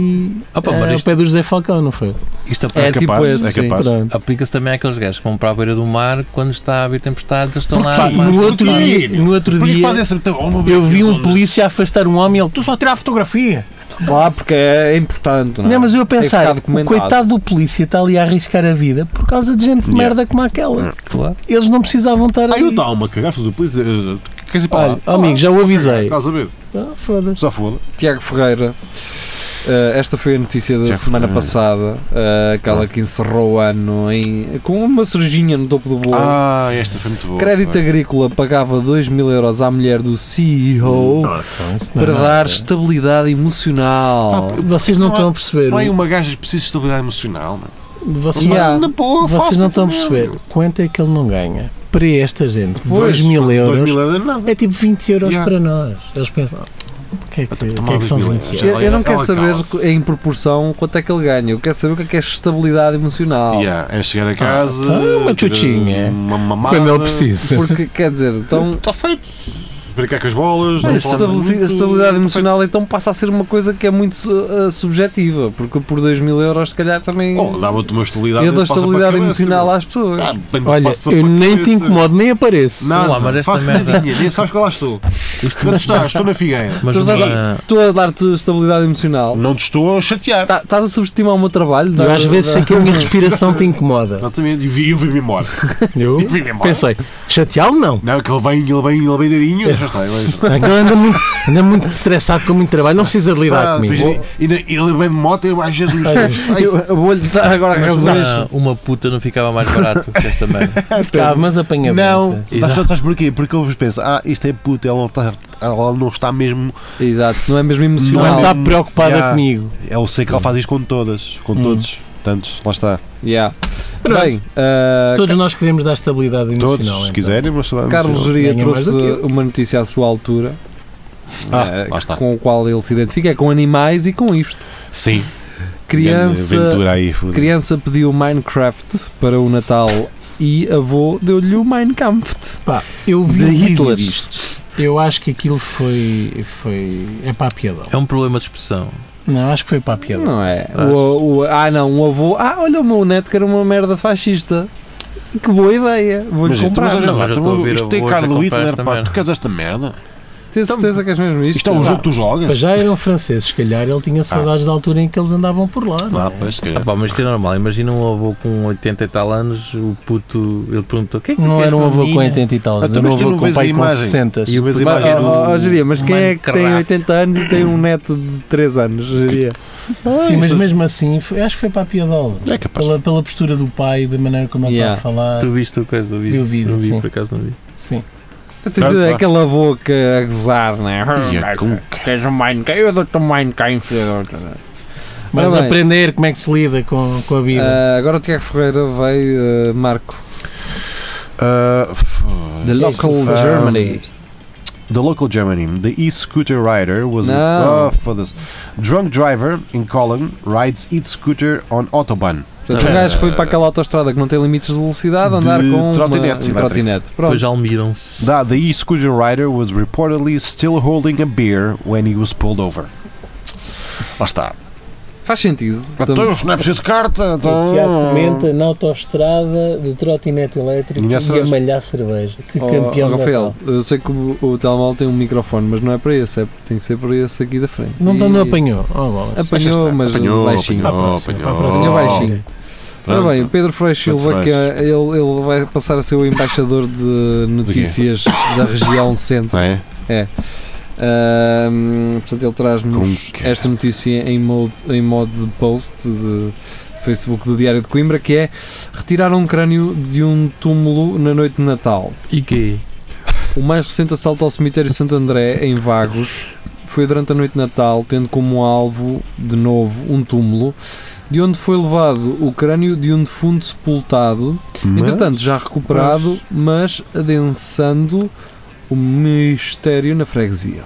[SPEAKER 2] Opa,
[SPEAKER 3] eh,
[SPEAKER 2] Ah, mas
[SPEAKER 3] ao
[SPEAKER 2] isto-
[SPEAKER 3] pé do José Falcão, não foi?
[SPEAKER 4] Isto
[SPEAKER 1] É tipo esse,
[SPEAKER 4] é
[SPEAKER 1] sim.
[SPEAKER 4] capaz.
[SPEAKER 3] Pronto.
[SPEAKER 2] aplica-se também àqueles gajos que vão para a beira do mar quando está a haver tempestade, eles estão lá
[SPEAKER 4] Porquê?
[SPEAKER 2] a armar-
[SPEAKER 3] no outro
[SPEAKER 4] porquê?
[SPEAKER 3] dia, no outro
[SPEAKER 4] Porquê que
[SPEAKER 3] dia
[SPEAKER 4] fazem esse tipo botão?
[SPEAKER 3] eu vi um polícia afastar um homem e ele, tu só tirar a fotografia.
[SPEAKER 1] Lá, porque é importante, não é?
[SPEAKER 3] Não, mas eu a
[SPEAKER 1] ficar
[SPEAKER 3] pensar, o
[SPEAKER 1] documentado.
[SPEAKER 3] coitado do polícia está ali a arriscar a vida por causa de gente de
[SPEAKER 4] Yeah.
[SPEAKER 3] merda como aquela.
[SPEAKER 2] Claro.
[SPEAKER 3] Eles não precisavam estar
[SPEAKER 4] Aí eu
[SPEAKER 3] ali.
[SPEAKER 4] estava-me a cagar, fiz o polícia. eh, Queres ir para
[SPEAKER 3] Olha,
[SPEAKER 4] lá?
[SPEAKER 3] oh, amigo, já o avisei.
[SPEAKER 4] Estás a ver?
[SPEAKER 3] Ah, Foda-se.
[SPEAKER 4] Só foda.
[SPEAKER 1] Tiago Ferreira, eh, esta foi a notícia da
[SPEAKER 4] Tiago
[SPEAKER 1] semana
[SPEAKER 4] Ferreira. Ah.
[SPEAKER 1] passada, eh, aquela que encerrou o ano em, com uma cerejinha no topo do bolo.
[SPEAKER 4] Ah, esta foi muito boa.
[SPEAKER 1] Crédito
[SPEAKER 4] Foi.
[SPEAKER 1] Agrícola pagava 2 mil euros à mulher do
[SPEAKER 4] Hum,
[SPEAKER 1] CEO
[SPEAKER 3] Então, isso não é
[SPEAKER 1] para
[SPEAKER 3] nada.
[SPEAKER 1] dar estabilidade emocional.
[SPEAKER 4] Pá,
[SPEAKER 3] Vocês não
[SPEAKER 4] Não há-
[SPEAKER 3] estão a perceber.
[SPEAKER 4] Não é
[SPEAKER 3] o-
[SPEAKER 4] uma gaja que precisa de estabilidade emocional, mano.
[SPEAKER 3] Vocês,
[SPEAKER 1] Yeah.
[SPEAKER 4] Na porra,
[SPEAKER 3] vocês
[SPEAKER 4] faça
[SPEAKER 3] não
[SPEAKER 4] essa
[SPEAKER 3] estão a
[SPEAKER 4] merda.
[SPEAKER 3] perceber quanto é que ele não ganha para esta gente.
[SPEAKER 1] Pois,
[SPEAKER 3] 2 mil euros.
[SPEAKER 4] 2 mil euros é nada.
[SPEAKER 3] É tipo 20 euros
[SPEAKER 4] Yeah.
[SPEAKER 3] para nós. Eles pensam, o que é que,
[SPEAKER 4] Até
[SPEAKER 3] o que,
[SPEAKER 4] tomar
[SPEAKER 3] é que são
[SPEAKER 4] 20 mil
[SPEAKER 3] 20
[SPEAKER 4] euros.
[SPEAKER 3] euros?
[SPEAKER 1] Eu, eu não quero
[SPEAKER 4] Ela
[SPEAKER 1] saber
[SPEAKER 4] cala-se.
[SPEAKER 1] em proporção quanto é que ele ganha, eu quero saber o que é que é estabilidade emocional.
[SPEAKER 4] Yeah, é chegar a casa.
[SPEAKER 3] Ah. então é uma
[SPEAKER 4] tirar
[SPEAKER 3] chuchinha.
[SPEAKER 4] Uma mamada.
[SPEAKER 3] Quando ele precisa.
[SPEAKER 1] Porque, quer dizer, então.
[SPEAKER 4] Está feito. Brincar com as bolas.
[SPEAKER 1] olha,
[SPEAKER 4] não falar
[SPEAKER 1] estabili-
[SPEAKER 4] muito.
[SPEAKER 1] estabilidade emocional então passa a ser uma coisa que é muito eh, subjetiva, porque por 2 mil euros se calhar também
[SPEAKER 4] Oh, dava-te uma estabilidade.
[SPEAKER 1] eu dou
[SPEAKER 4] passa para a
[SPEAKER 1] estabilidade
[SPEAKER 4] cabeça,
[SPEAKER 1] emocional
[SPEAKER 4] meu.
[SPEAKER 1] às pessoas.
[SPEAKER 4] Ah, bem,
[SPEAKER 3] Olha,
[SPEAKER 4] passa
[SPEAKER 3] eu
[SPEAKER 4] para a
[SPEAKER 3] nem te
[SPEAKER 4] cabeça.
[SPEAKER 3] incomodo, nem apareço.
[SPEAKER 4] Nada,
[SPEAKER 2] Olá, mas esta
[SPEAKER 4] faço
[SPEAKER 2] merda-
[SPEAKER 4] nadinha, nem sabes que lá estou. Onde estás? Estou na Figueira.
[SPEAKER 2] Mas
[SPEAKER 1] Estás a
[SPEAKER 2] numa-
[SPEAKER 1] dar- Estou a dar-te estabilidade emocional.
[SPEAKER 4] é. Não te estou a chatear.
[SPEAKER 1] Tá- Estás a subestimar o meu trabalho?
[SPEAKER 3] Eu às vezes sei
[SPEAKER 1] Dar-
[SPEAKER 3] que a minha respiração te incomoda.
[SPEAKER 4] Exatamente. E vi- eu vi-me embora.
[SPEAKER 3] Eu
[SPEAKER 4] Eu vi-me embora.
[SPEAKER 3] pensei, chateá-lo não.
[SPEAKER 4] Não, que ele vem, ele vem, ele vem dedinho. Deixa estar, deixa estar.
[SPEAKER 3] Aquele anda muito, anda muito estressado com muito trabalho, não precisa de lidar
[SPEAKER 4] Sabe,
[SPEAKER 3] comigo.
[SPEAKER 4] pois, e- e- Ele vem de moto e eu, ai Jesus. ai,
[SPEAKER 1] Eu eu vou-lhe dar agora
[SPEAKER 2] mas
[SPEAKER 1] razões.
[SPEAKER 2] uma, uma puta não ficava mais barato que esta merda.
[SPEAKER 3] Tá, mas apanha
[SPEAKER 4] Não,
[SPEAKER 3] doença.
[SPEAKER 4] estás, estás porquê? Porque eles pensam, ah, isto é puto, ela não está, ela não está mesmo.
[SPEAKER 1] Exato, não é mesmo
[SPEAKER 3] Não
[SPEAKER 1] emocional.
[SPEAKER 4] é-
[SPEAKER 3] está preocupada
[SPEAKER 4] Yeah.
[SPEAKER 3] comigo.
[SPEAKER 4] Eu sei é que ela faz isto com todas, com
[SPEAKER 3] Hum.
[SPEAKER 4] todos. Tantos, lá está.
[SPEAKER 1] Yeah.
[SPEAKER 3] Pronto.
[SPEAKER 1] Bem, ah,
[SPEAKER 3] Todos nós queremos dar estabilidade emocional.
[SPEAKER 4] Todos, se
[SPEAKER 3] então.
[SPEAKER 4] quiserem, mas se dá-
[SPEAKER 1] Carlos
[SPEAKER 4] mas-
[SPEAKER 1] Geria
[SPEAKER 3] Ganha mais
[SPEAKER 1] trouxe
[SPEAKER 3] do que eu.
[SPEAKER 1] uma notícia à sua altura
[SPEAKER 4] Ah,
[SPEAKER 1] eh,
[SPEAKER 4] lá está.
[SPEAKER 1] com o qual ele se identifica, é com animais e com isto.
[SPEAKER 4] Sim, grande
[SPEAKER 1] Criança,
[SPEAKER 4] aventura aí, foda.
[SPEAKER 1] criança pediu Minecraft para o Natal e avô deu-lhe o Minecraft.
[SPEAKER 3] Pá, eu vi
[SPEAKER 1] De
[SPEAKER 3] o vídeo
[SPEAKER 1] Hitler.
[SPEAKER 3] disto. Eu acho que aquilo foi. foi é para a piadão.
[SPEAKER 2] É um problema de expressão.
[SPEAKER 3] Não, acho que foi para a piadão.
[SPEAKER 1] Não é?
[SPEAKER 2] Ah.
[SPEAKER 1] O- o- ah, não, um avô. Ah, olha o meu neto que era uma merda fascista. Que boa ideia, vou-lhe
[SPEAKER 4] Mas então, mas
[SPEAKER 1] comprar.
[SPEAKER 4] olha
[SPEAKER 2] Não,
[SPEAKER 4] lá,
[SPEAKER 2] mas eu
[SPEAKER 4] então,
[SPEAKER 2] estou a ouvir
[SPEAKER 4] isto
[SPEAKER 2] a
[SPEAKER 4] tem
[SPEAKER 2] voz a
[SPEAKER 4] Carlos
[SPEAKER 2] comprar
[SPEAKER 4] Hitler,
[SPEAKER 2] esta
[SPEAKER 4] pá,
[SPEAKER 2] merda.
[SPEAKER 4] tu queres esta merda?
[SPEAKER 1] Tenho certeza que és mesmo isto? Ah,
[SPEAKER 4] então, Isto é um jogo que tu jogas?
[SPEAKER 3] Mas já eram franceses, se calhar ele tinha saudades da altura em que eles andavam por lá. não é?
[SPEAKER 4] Lá, pois, se calhar.
[SPEAKER 2] Ah, pá, mas isto é normal. Imagina um avô com 80 e tal anos, o puto, ele perguntou: o que é que tu
[SPEAKER 3] Não
[SPEAKER 2] queres
[SPEAKER 3] era um
[SPEAKER 2] uma
[SPEAKER 3] avô com
[SPEAKER 2] menina?"
[SPEAKER 3] 80 e tal,
[SPEAKER 4] Ah, tu,
[SPEAKER 3] era um
[SPEAKER 4] mas tu
[SPEAKER 3] avô
[SPEAKER 4] não
[SPEAKER 3] com
[SPEAKER 4] vês a
[SPEAKER 3] pai com
[SPEAKER 4] imagem?
[SPEAKER 3] 60.
[SPEAKER 4] E vês a
[SPEAKER 1] Mas,
[SPEAKER 4] imagem
[SPEAKER 1] ó, ó, ó,
[SPEAKER 4] do.
[SPEAKER 1] Jeria, Ah, mas quem é que tem
[SPEAKER 2] Minecraft.
[SPEAKER 1] 80 anos e tem um neto de 3 anos? Jeria?
[SPEAKER 3] Sim, mas mesmo assim, foi- acho que foi para a piadola.
[SPEAKER 4] É capaz.
[SPEAKER 3] Pela, pela postura do pai, da maneira como ele
[SPEAKER 1] Yeah.
[SPEAKER 3] estava a falar.
[SPEAKER 2] Tu viste o coisa? Eu vi.
[SPEAKER 3] Vi o vídeo,
[SPEAKER 2] não vi,
[SPEAKER 3] sim.
[SPEAKER 2] por acaso não vi.
[SPEAKER 3] Sim.
[SPEAKER 1] Eu tenho sido
[SPEAKER 4] Claro,
[SPEAKER 1] aquela boca a gozar, não é?
[SPEAKER 4] E é com-
[SPEAKER 1] Queres um Minecraft? Eu dou-te um Minecraft. eu dou-te-
[SPEAKER 3] Mas
[SPEAKER 1] Ora bem,
[SPEAKER 3] aprender como é que se lida com, com a vida.
[SPEAKER 1] ah, agora o Tiago Ferreira veio, ah, Marco,
[SPEAKER 4] Ah, f-
[SPEAKER 1] The Local
[SPEAKER 4] Ah,
[SPEAKER 1] Germany.
[SPEAKER 4] The local Germany, the e-scooter rider was
[SPEAKER 1] No.
[SPEAKER 4] oh, for this drunk driver in Cologne rides e-scooter on autobahn.
[SPEAKER 1] Portanto, o gajo que foi para aquela autostrada que não tem limites de velocidade andar
[SPEAKER 4] De
[SPEAKER 1] com
[SPEAKER 4] trotinete,
[SPEAKER 1] uma, um trotinete. Pronto.
[SPEAKER 2] Depois almiram-se.
[SPEAKER 4] The, the e-scooter rider was reportedly still holding a beer when he was pulled over. Lá está.
[SPEAKER 1] Faz sentido.
[SPEAKER 4] Então, não é preciso carta.
[SPEAKER 3] O Tiago
[SPEAKER 4] Então...
[SPEAKER 3] comenta na autoestrada de trotinete elétrico
[SPEAKER 4] Minha
[SPEAKER 3] e a
[SPEAKER 4] cerveja.
[SPEAKER 3] malhar cerveja. Que
[SPEAKER 1] Oh,
[SPEAKER 3] campeão
[SPEAKER 1] oh,
[SPEAKER 3] da
[SPEAKER 1] Rafael,
[SPEAKER 3] tal.
[SPEAKER 1] eu sei que o, o telemóvel tem um microfone, mas não é para esse, é, tem que ser para esse aqui da frente.
[SPEAKER 3] Não, não
[SPEAKER 1] E-
[SPEAKER 3] apanhou. Oh, bolas.
[SPEAKER 1] Apanhou, mas
[SPEAKER 4] Apanhou,
[SPEAKER 1] baixinho.
[SPEAKER 3] Para a
[SPEAKER 4] apanhou,
[SPEAKER 3] próxima, para a
[SPEAKER 4] apanhou.
[SPEAKER 3] próxima.
[SPEAKER 1] Baixinho. Ora bem, o Pedro Freixo
[SPEAKER 4] Pedro
[SPEAKER 1] Silva, que
[SPEAKER 4] Freixo.
[SPEAKER 1] é- ele, ele vai passar a ser o embaixador de notícias da região centro.
[SPEAKER 4] Não é?
[SPEAKER 1] Ahm, portanto, ele traz-nos
[SPEAKER 4] Com que-
[SPEAKER 1] esta notícia em modo, em modo de post de Facebook do Diário de Coimbra, que é retiraram um crânio de um túmulo na noite de Natal.
[SPEAKER 2] E que?
[SPEAKER 1] O mais recente assalto ao cemitério Santo André, em Vagos, foi durante a noite de Natal, tendo como alvo, de novo, um túmulo, de onde foi levado o crânio de um defunto sepultado, entretanto já recuperado, mas adensando o mistério na freguesia.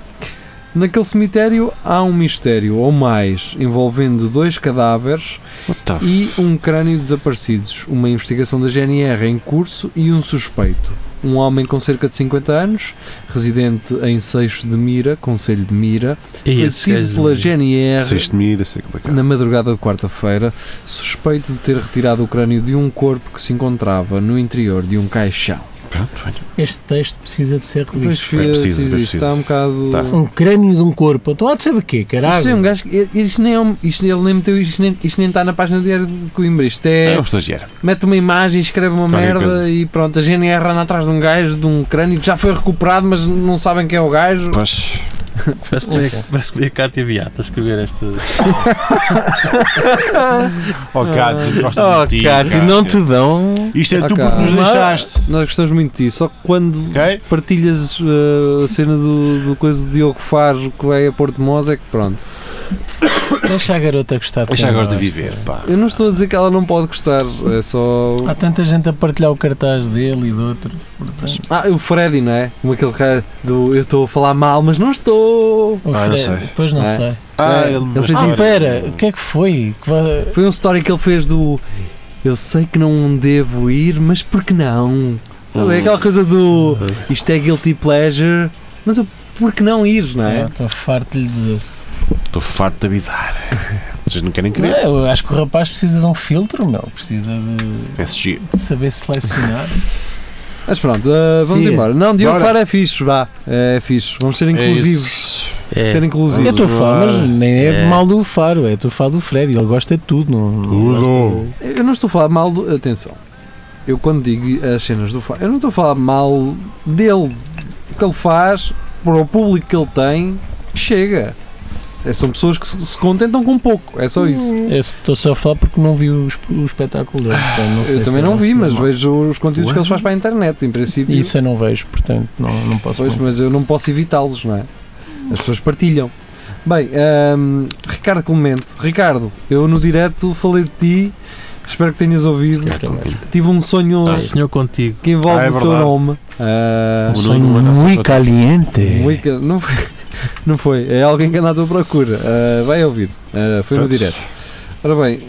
[SPEAKER 1] Naquele cemitério há um mistério, ou mais, envolvendo dois cadáveres
[SPEAKER 5] What the f-
[SPEAKER 1] e um crânio de desaparecidos, uma investigação da GNR em curso e um suspeito. Um homem com cerca de 50 anos, residente em Seixo de Mira, Conselho de Mira,
[SPEAKER 2] E
[SPEAKER 1] foi
[SPEAKER 2] esses
[SPEAKER 1] tido
[SPEAKER 2] gajos,
[SPEAKER 1] pela
[SPEAKER 2] mano?
[SPEAKER 1] GNR
[SPEAKER 4] Sexto mira, sei complicado.
[SPEAKER 1] na madrugada de quarta-feira, suspeito de ter retirado o crânio de um corpo que se encontrava no interior de um caixão.
[SPEAKER 4] Pronto, olha.
[SPEAKER 3] Este texto precisa de ser
[SPEAKER 1] Pois,
[SPEAKER 3] revisto.
[SPEAKER 1] filha,
[SPEAKER 4] é preciso,
[SPEAKER 1] se
[SPEAKER 4] pois
[SPEAKER 1] existe,
[SPEAKER 4] preciso.
[SPEAKER 1] está um bocado.
[SPEAKER 4] Tá.
[SPEAKER 3] Um crânio de um corpo. Então há de ser de quê, caralho?
[SPEAKER 1] Isto é um gajo que. Isto nem, é um- isto, ele nem meteu, isto, nem, isto nem está na página do Diário de Coimbra. Isto é.
[SPEAKER 4] É Tá um estagiário.
[SPEAKER 1] Mete uma imagem, escreve uma
[SPEAKER 4] Qualquer
[SPEAKER 1] merda
[SPEAKER 4] coisa.
[SPEAKER 1] e pronto. A GNR anda atrás de um gajo, de um crânio que já foi recuperado, mas não sabem quem é o gajo.
[SPEAKER 4] Pois,
[SPEAKER 2] Parece que veio- parece que veio a Cátia Beata escrever esta.
[SPEAKER 4] oh Cátia, gosto muito de ti. Cátia.
[SPEAKER 2] dão.
[SPEAKER 4] Isto é
[SPEAKER 1] Oh,
[SPEAKER 4] tu porque nos
[SPEAKER 1] Cátia.
[SPEAKER 4] deixaste.
[SPEAKER 1] Nós gostamos muito disso, só que quando
[SPEAKER 4] Ok?
[SPEAKER 1] partilhas eh, a cena do, do coisa do Diogo Faro que vai a Porto Mós, é que pronto.
[SPEAKER 3] Deixa a garota gostar de
[SPEAKER 4] Deixa
[SPEAKER 3] quem é.
[SPEAKER 4] agora de
[SPEAKER 3] gosta.
[SPEAKER 4] viver, pá.
[SPEAKER 1] Eu não estou a dizer que ela não pode gostar, é só.
[SPEAKER 3] Há tanta gente a partilhar o cartaz dele e do outro. Portanto,
[SPEAKER 1] Ah, o Freddy, não é? Como aquele cara do eu estou a falar mal, mas não estou.
[SPEAKER 3] o
[SPEAKER 4] Ah, não
[SPEAKER 3] Fred-
[SPEAKER 4] sei.
[SPEAKER 3] Pois não
[SPEAKER 1] É.
[SPEAKER 3] sei.
[SPEAKER 4] Ah,
[SPEAKER 1] É,
[SPEAKER 4] ele
[SPEAKER 1] ele
[SPEAKER 4] mas
[SPEAKER 1] fez
[SPEAKER 3] Ah,
[SPEAKER 4] olha,
[SPEAKER 1] isso.
[SPEAKER 3] pera, o que é que foi? Que vai-
[SPEAKER 1] Foi um story que ele fez do Eu sei que não devo ir, mas por que não? Sabe, É aquela coisa do isto é guilty pleasure, mas eu por que não ir, não é?
[SPEAKER 3] Estou farto de lhe dizer.
[SPEAKER 4] Estou farto de avisar. Vocês não querem
[SPEAKER 3] Não,
[SPEAKER 4] querer?
[SPEAKER 3] eu acho que o rapaz precisa de um filtro, meu. Precisa de,
[SPEAKER 4] SG.
[SPEAKER 3] de saber selecionar.
[SPEAKER 4] (laughs)
[SPEAKER 1] Mas pronto, ah, vamos
[SPEAKER 3] Sim.
[SPEAKER 1] embora. Não, Diogo
[SPEAKER 4] Bora.
[SPEAKER 1] Faro é fixe, vá. É fixe. Vamos ser inclusivos.
[SPEAKER 2] É.
[SPEAKER 1] Ser inclusivos.
[SPEAKER 3] Eu estou a falar, mas nem é,
[SPEAKER 2] É.
[SPEAKER 3] mal do Faro, é tu falo do Fred, ele gosta de tudo. Não, não gosta de-
[SPEAKER 1] Eu não estou a falar mal, de, atenção. Eu quando digo as cenas do Faro, eu não estou a falar mal dele. O que ele faz, para o público que ele tem, chega. É, são pessoas que se se contentam com pouco, é só isso.
[SPEAKER 3] Eu estou só a falar porque não vi o, esp- o espetáculo dele. portanto, não sei
[SPEAKER 1] Ah, eu
[SPEAKER 3] se
[SPEAKER 1] também
[SPEAKER 3] é
[SPEAKER 1] não vi,
[SPEAKER 3] assim.
[SPEAKER 1] mas vejo os conteúdos que eles fazem para a internet, em princípio.
[SPEAKER 3] Isso é eu não vejo, portanto não, não posso.
[SPEAKER 1] Pois,
[SPEAKER 3] comentar.
[SPEAKER 1] mas eu não posso evitá-los, não é? As pessoas partilham. Bem, hum, Ricardo Clemente. Ricardo, eu no direto falei de ti, espero que tenhas ouvido. Tive um sonho
[SPEAKER 2] Ah, senhor contigo.
[SPEAKER 1] que envolve
[SPEAKER 4] Ah, é
[SPEAKER 1] o teu
[SPEAKER 4] verdade.
[SPEAKER 1] nome. Ah,
[SPEAKER 3] Um sonho
[SPEAKER 4] Nuno manda-se
[SPEAKER 3] muito
[SPEAKER 4] outra-
[SPEAKER 3] caliente.
[SPEAKER 1] muito- não, foi, (laughs) não foi, é alguém que anda à tua procura. Ah, vai ouvir, Ah, foi no direto. Ora bem,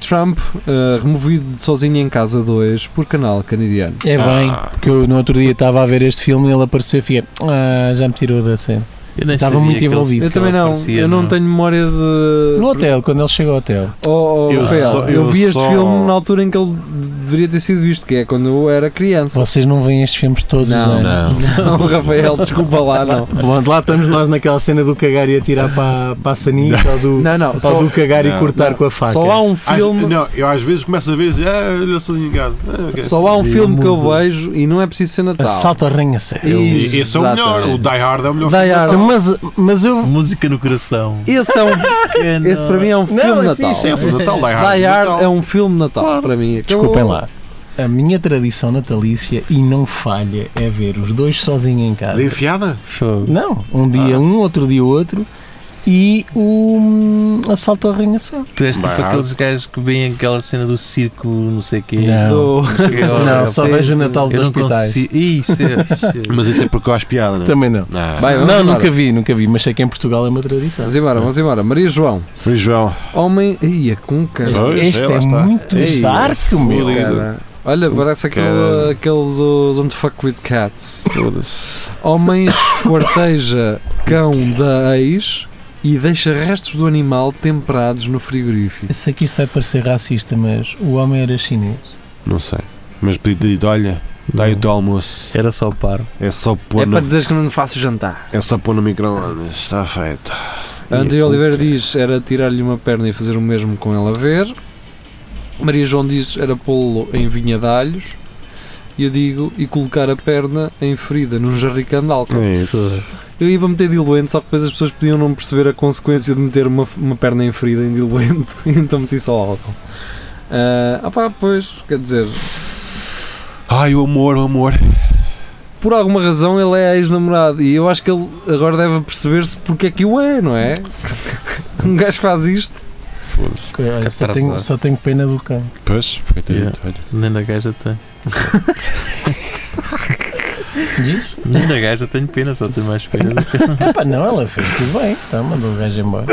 [SPEAKER 1] Trump ah, removido de sozinho em casa 2 por canal canadiano.
[SPEAKER 3] É bem,
[SPEAKER 4] Ah.
[SPEAKER 3] porque eu no outro dia estava a ver este filme e ele apareceu e fiquei, ah, já me tirou da cena.
[SPEAKER 2] Eu nem
[SPEAKER 3] Estava
[SPEAKER 2] sabia
[SPEAKER 3] muito
[SPEAKER 2] que ele-
[SPEAKER 3] envolvido.
[SPEAKER 2] que
[SPEAKER 1] Eu
[SPEAKER 2] ele
[SPEAKER 1] também não,
[SPEAKER 2] aparecia é?
[SPEAKER 1] eu não
[SPEAKER 2] no-
[SPEAKER 1] tenho memória de.
[SPEAKER 3] No hotel, quando ele chega ao hotel.
[SPEAKER 1] Oh, oh,
[SPEAKER 4] Eu
[SPEAKER 1] Rafael,
[SPEAKER 4] só-
[SPEAKER 1] eu,
[SPEAKER 4] eu
[SPEAKER 1] vi este
[SPEAKER 4] só-
[SPEAKER 1] filme na altura em que ele de- deveria ter sido visto, que é quando eu era criança.
[SPEAKER 3] Vocês não veem estes filmes todos os
[SPEAKER 1] Não.
[SPEAKER 3] anos.
[SPEAKER 4] Não.
[SPEAKER 1] (laughs) Não, Rafael, desculpa lá, não.
[SPEAKER 3] Bom, de lá estamos nós naquela cena do cagar e atirar para, para a sanita ou do,
[SPEAKER 1] Não, não,
[SPEAKER 3] ou
[SPEAKER 1] só,
[SPEAKER 3] do cagar
[SPEAKER 4] não,
[SPEAKER 3] e cortar tá com a faca.
[SPEAKER 1] só há um
[SPEAKER 4] Às-
[SPEAKER 1] filme.
[SPEAKER 4] Ah, Não, eu às vezes começo a ver e digo, ah, olha sozinho em casa. Ah, ok.
[SPEAKER 1] Só há um
[SPEAKER 3] Eu
[SPEAKER 1] filme que eu
[SPEAKER 3] mudo.
[SPEAKER 1] vejo e não é preciso ser Natal.
[SPEAKER 3] Assalto arranha céu
[SPEAKER 4] E Esse é o melhor. O
[SPEAKER 1] Exatamente.
[SPEAKER 4] Die Hard é o melhor
[SPEAKER 1] Die
[SPEAKER 4] filme.
[SPEAKER 1] Hard.
[SPEAKER 3] Mas, mas eu.
[SPEAKER 2] Música no (laughs) coração.
[SPEAKER 1] Esse, é
[SPEAKER 4] (laughs)
[SPEAKER 1] um, esse para mim é um filme
[SPEAKER 3] é
[SPEAKER 1] Natal.
[SPEAKER 3] fixe,
[SPEAKER 4] Sim, é o filme de Natal, Die Hard.
[SPEAKER 1] (laughs) Die
[SPEAKER 4] de
[SPEAKER 1] Hard
[SPEAKER 4] Natal.
[SPEAKER 1] é um filme Natal para mim.
[SPEAKER 3] Desculpem lá. Então, A minha tradição natalícia, e não falha, é ver os dois sozinhos em
[SPEAKER 1] um-
[SPEAKER 3] casa.
[SPEAKER 4] De enfiada?
[SPEAKER 2] Fogo.
[SPEAKER 3] Não, um dia um, outro dia outro. E o hum, assalto ao arranha-céu.
[SPEAKER 2] Tu és tipo
[SPEAKER 4] Bah.
[SPEAKER 2] aqueles gajos que veem aquela cena do circo, não sei o quê.
[SPEAKER 3] Não.
[SPEAKER 1] Do-
[SPEAKER 2] Chega lá,
[SPEAKER 3] Não,
[SPEAKER 2] eu-
[SPEAKER 3] só
[SPEAKER 1] sim,
[SPEAKER 3] vejo o
[SPEAKER 1] sim.
[SPEAKER 3] Natal dos
[SPEAKER 2] Eu não
[SPEAKER 3] hospitais.
[SPEAKER 2] consigo. Isso (laughs) é.
[SPEAKER 4] Mas isso é porque eu acho piada, não é?
[SPEAKER 3] Também não.
[SPEAKER 4] Não.
[SPEAKER 1] Vai, vamos
[SPEAKER 3] não,
[SPEAKER 1] embora.
[SPEAKER 3] nunca vi, nunca vi, mas sei que em Portugal é uma tradição.
[SPEAKER 1] Vamos embora, vamos embora. Maria João,
[SPEAKER 4] Pois, João.
[SPEAKER 1] homem. Ia, com um cara.
[SPEAKER 3] Este, é
[SPEAKER 4] Pois,
[SPEAKER 3] este
[SPEAKER 4] é, lá
[SPEAKER 3] é
[SPEAKER 4] está.
[SPEAKER 3] muito
[SPEAKER 1] Ei,
[SPEAKER 3] dark, meu.
[SPEAKER 4] fodido.
[SPEAKER 1] Cara. Olha,
[SPEAKER 3] Um
[SPEAKER 1] parece aquele,
[SPEAKER 4] Caramba.
[SPEAKER 1] aquele do Don't Fuck With Cats.
[SPEAKER 4] Foda-se.
[SPEAKER 1] Homens (laughs) corteja cão da ex e deixa restos do animal temperados no frigorífico.
[SPEAKER 3] Eu sei que isto vai parecer racista, mas o homem era chinês.
[SPEAKER 4] Não sei. Mas pedi te olha, dá-lhe o teu almoço.
[SPEAKER 2] Era só paro.
[SPEAKER 4] É só
[SPEAKER 1] É
[SPEAKER 4] pôr,
[SPEAKER 1] para
[SPEAKER 4] no,
[SPEAKER 1] dizeres que não faço jantar.
[SPEAKER 4] é só pôr no micro-ondas. Está feito.
[SPEAKER 1] André Oliveira diz era tirar-lhe uma perna e fazer o mesmo com ele a ver. Maria João diz era pô-lo em vinha de alhos. E eu digo, e colocar a perna em ferida num jarricão de álcool.
[SPEAKER 4] É isso.
[SPEAKER 1] Eu ia para meter diluente, só que depois as pessoas podiam não perceber a consequência de meter uma, uma perna em ferida em diluente, (laughs) então meti só álcool. Ah, ah pá, pois, quer dizer,
[SPEAKER 4] Ai, o amor, o amor.
[SPEAKER 1] por alguma razão ele é ex-namorado e eu acho que ele agora deve perceber-se porque é que o é, não é? (laughs) Um gajo faz isto.
[SPEAKER 4] Foda-se.
[SPEAKER 1] é
[SPEAKER 3] Olha,
[SPEAKER 2] Que
[SPEAKER 3] só,
[SPEAKER 2] atrasado.
[SPEAKER 3] tenho, só tenho pena do cão.
[SPEAKER 4] Pois, porque
[SPEAKER 2] Yeah.
[SPEAKER 4] olha.
[SPEAKER 2] Nem da gaja tem. (laughs)
[SPEAKER 3] Diz?
[SPEAKER 2] Nem da gaja tenho pena, só tenho mais pena. do que-
[SPEAKER 3] Epá, não, ela fez tudo bem. Então, mandou o gajo embora.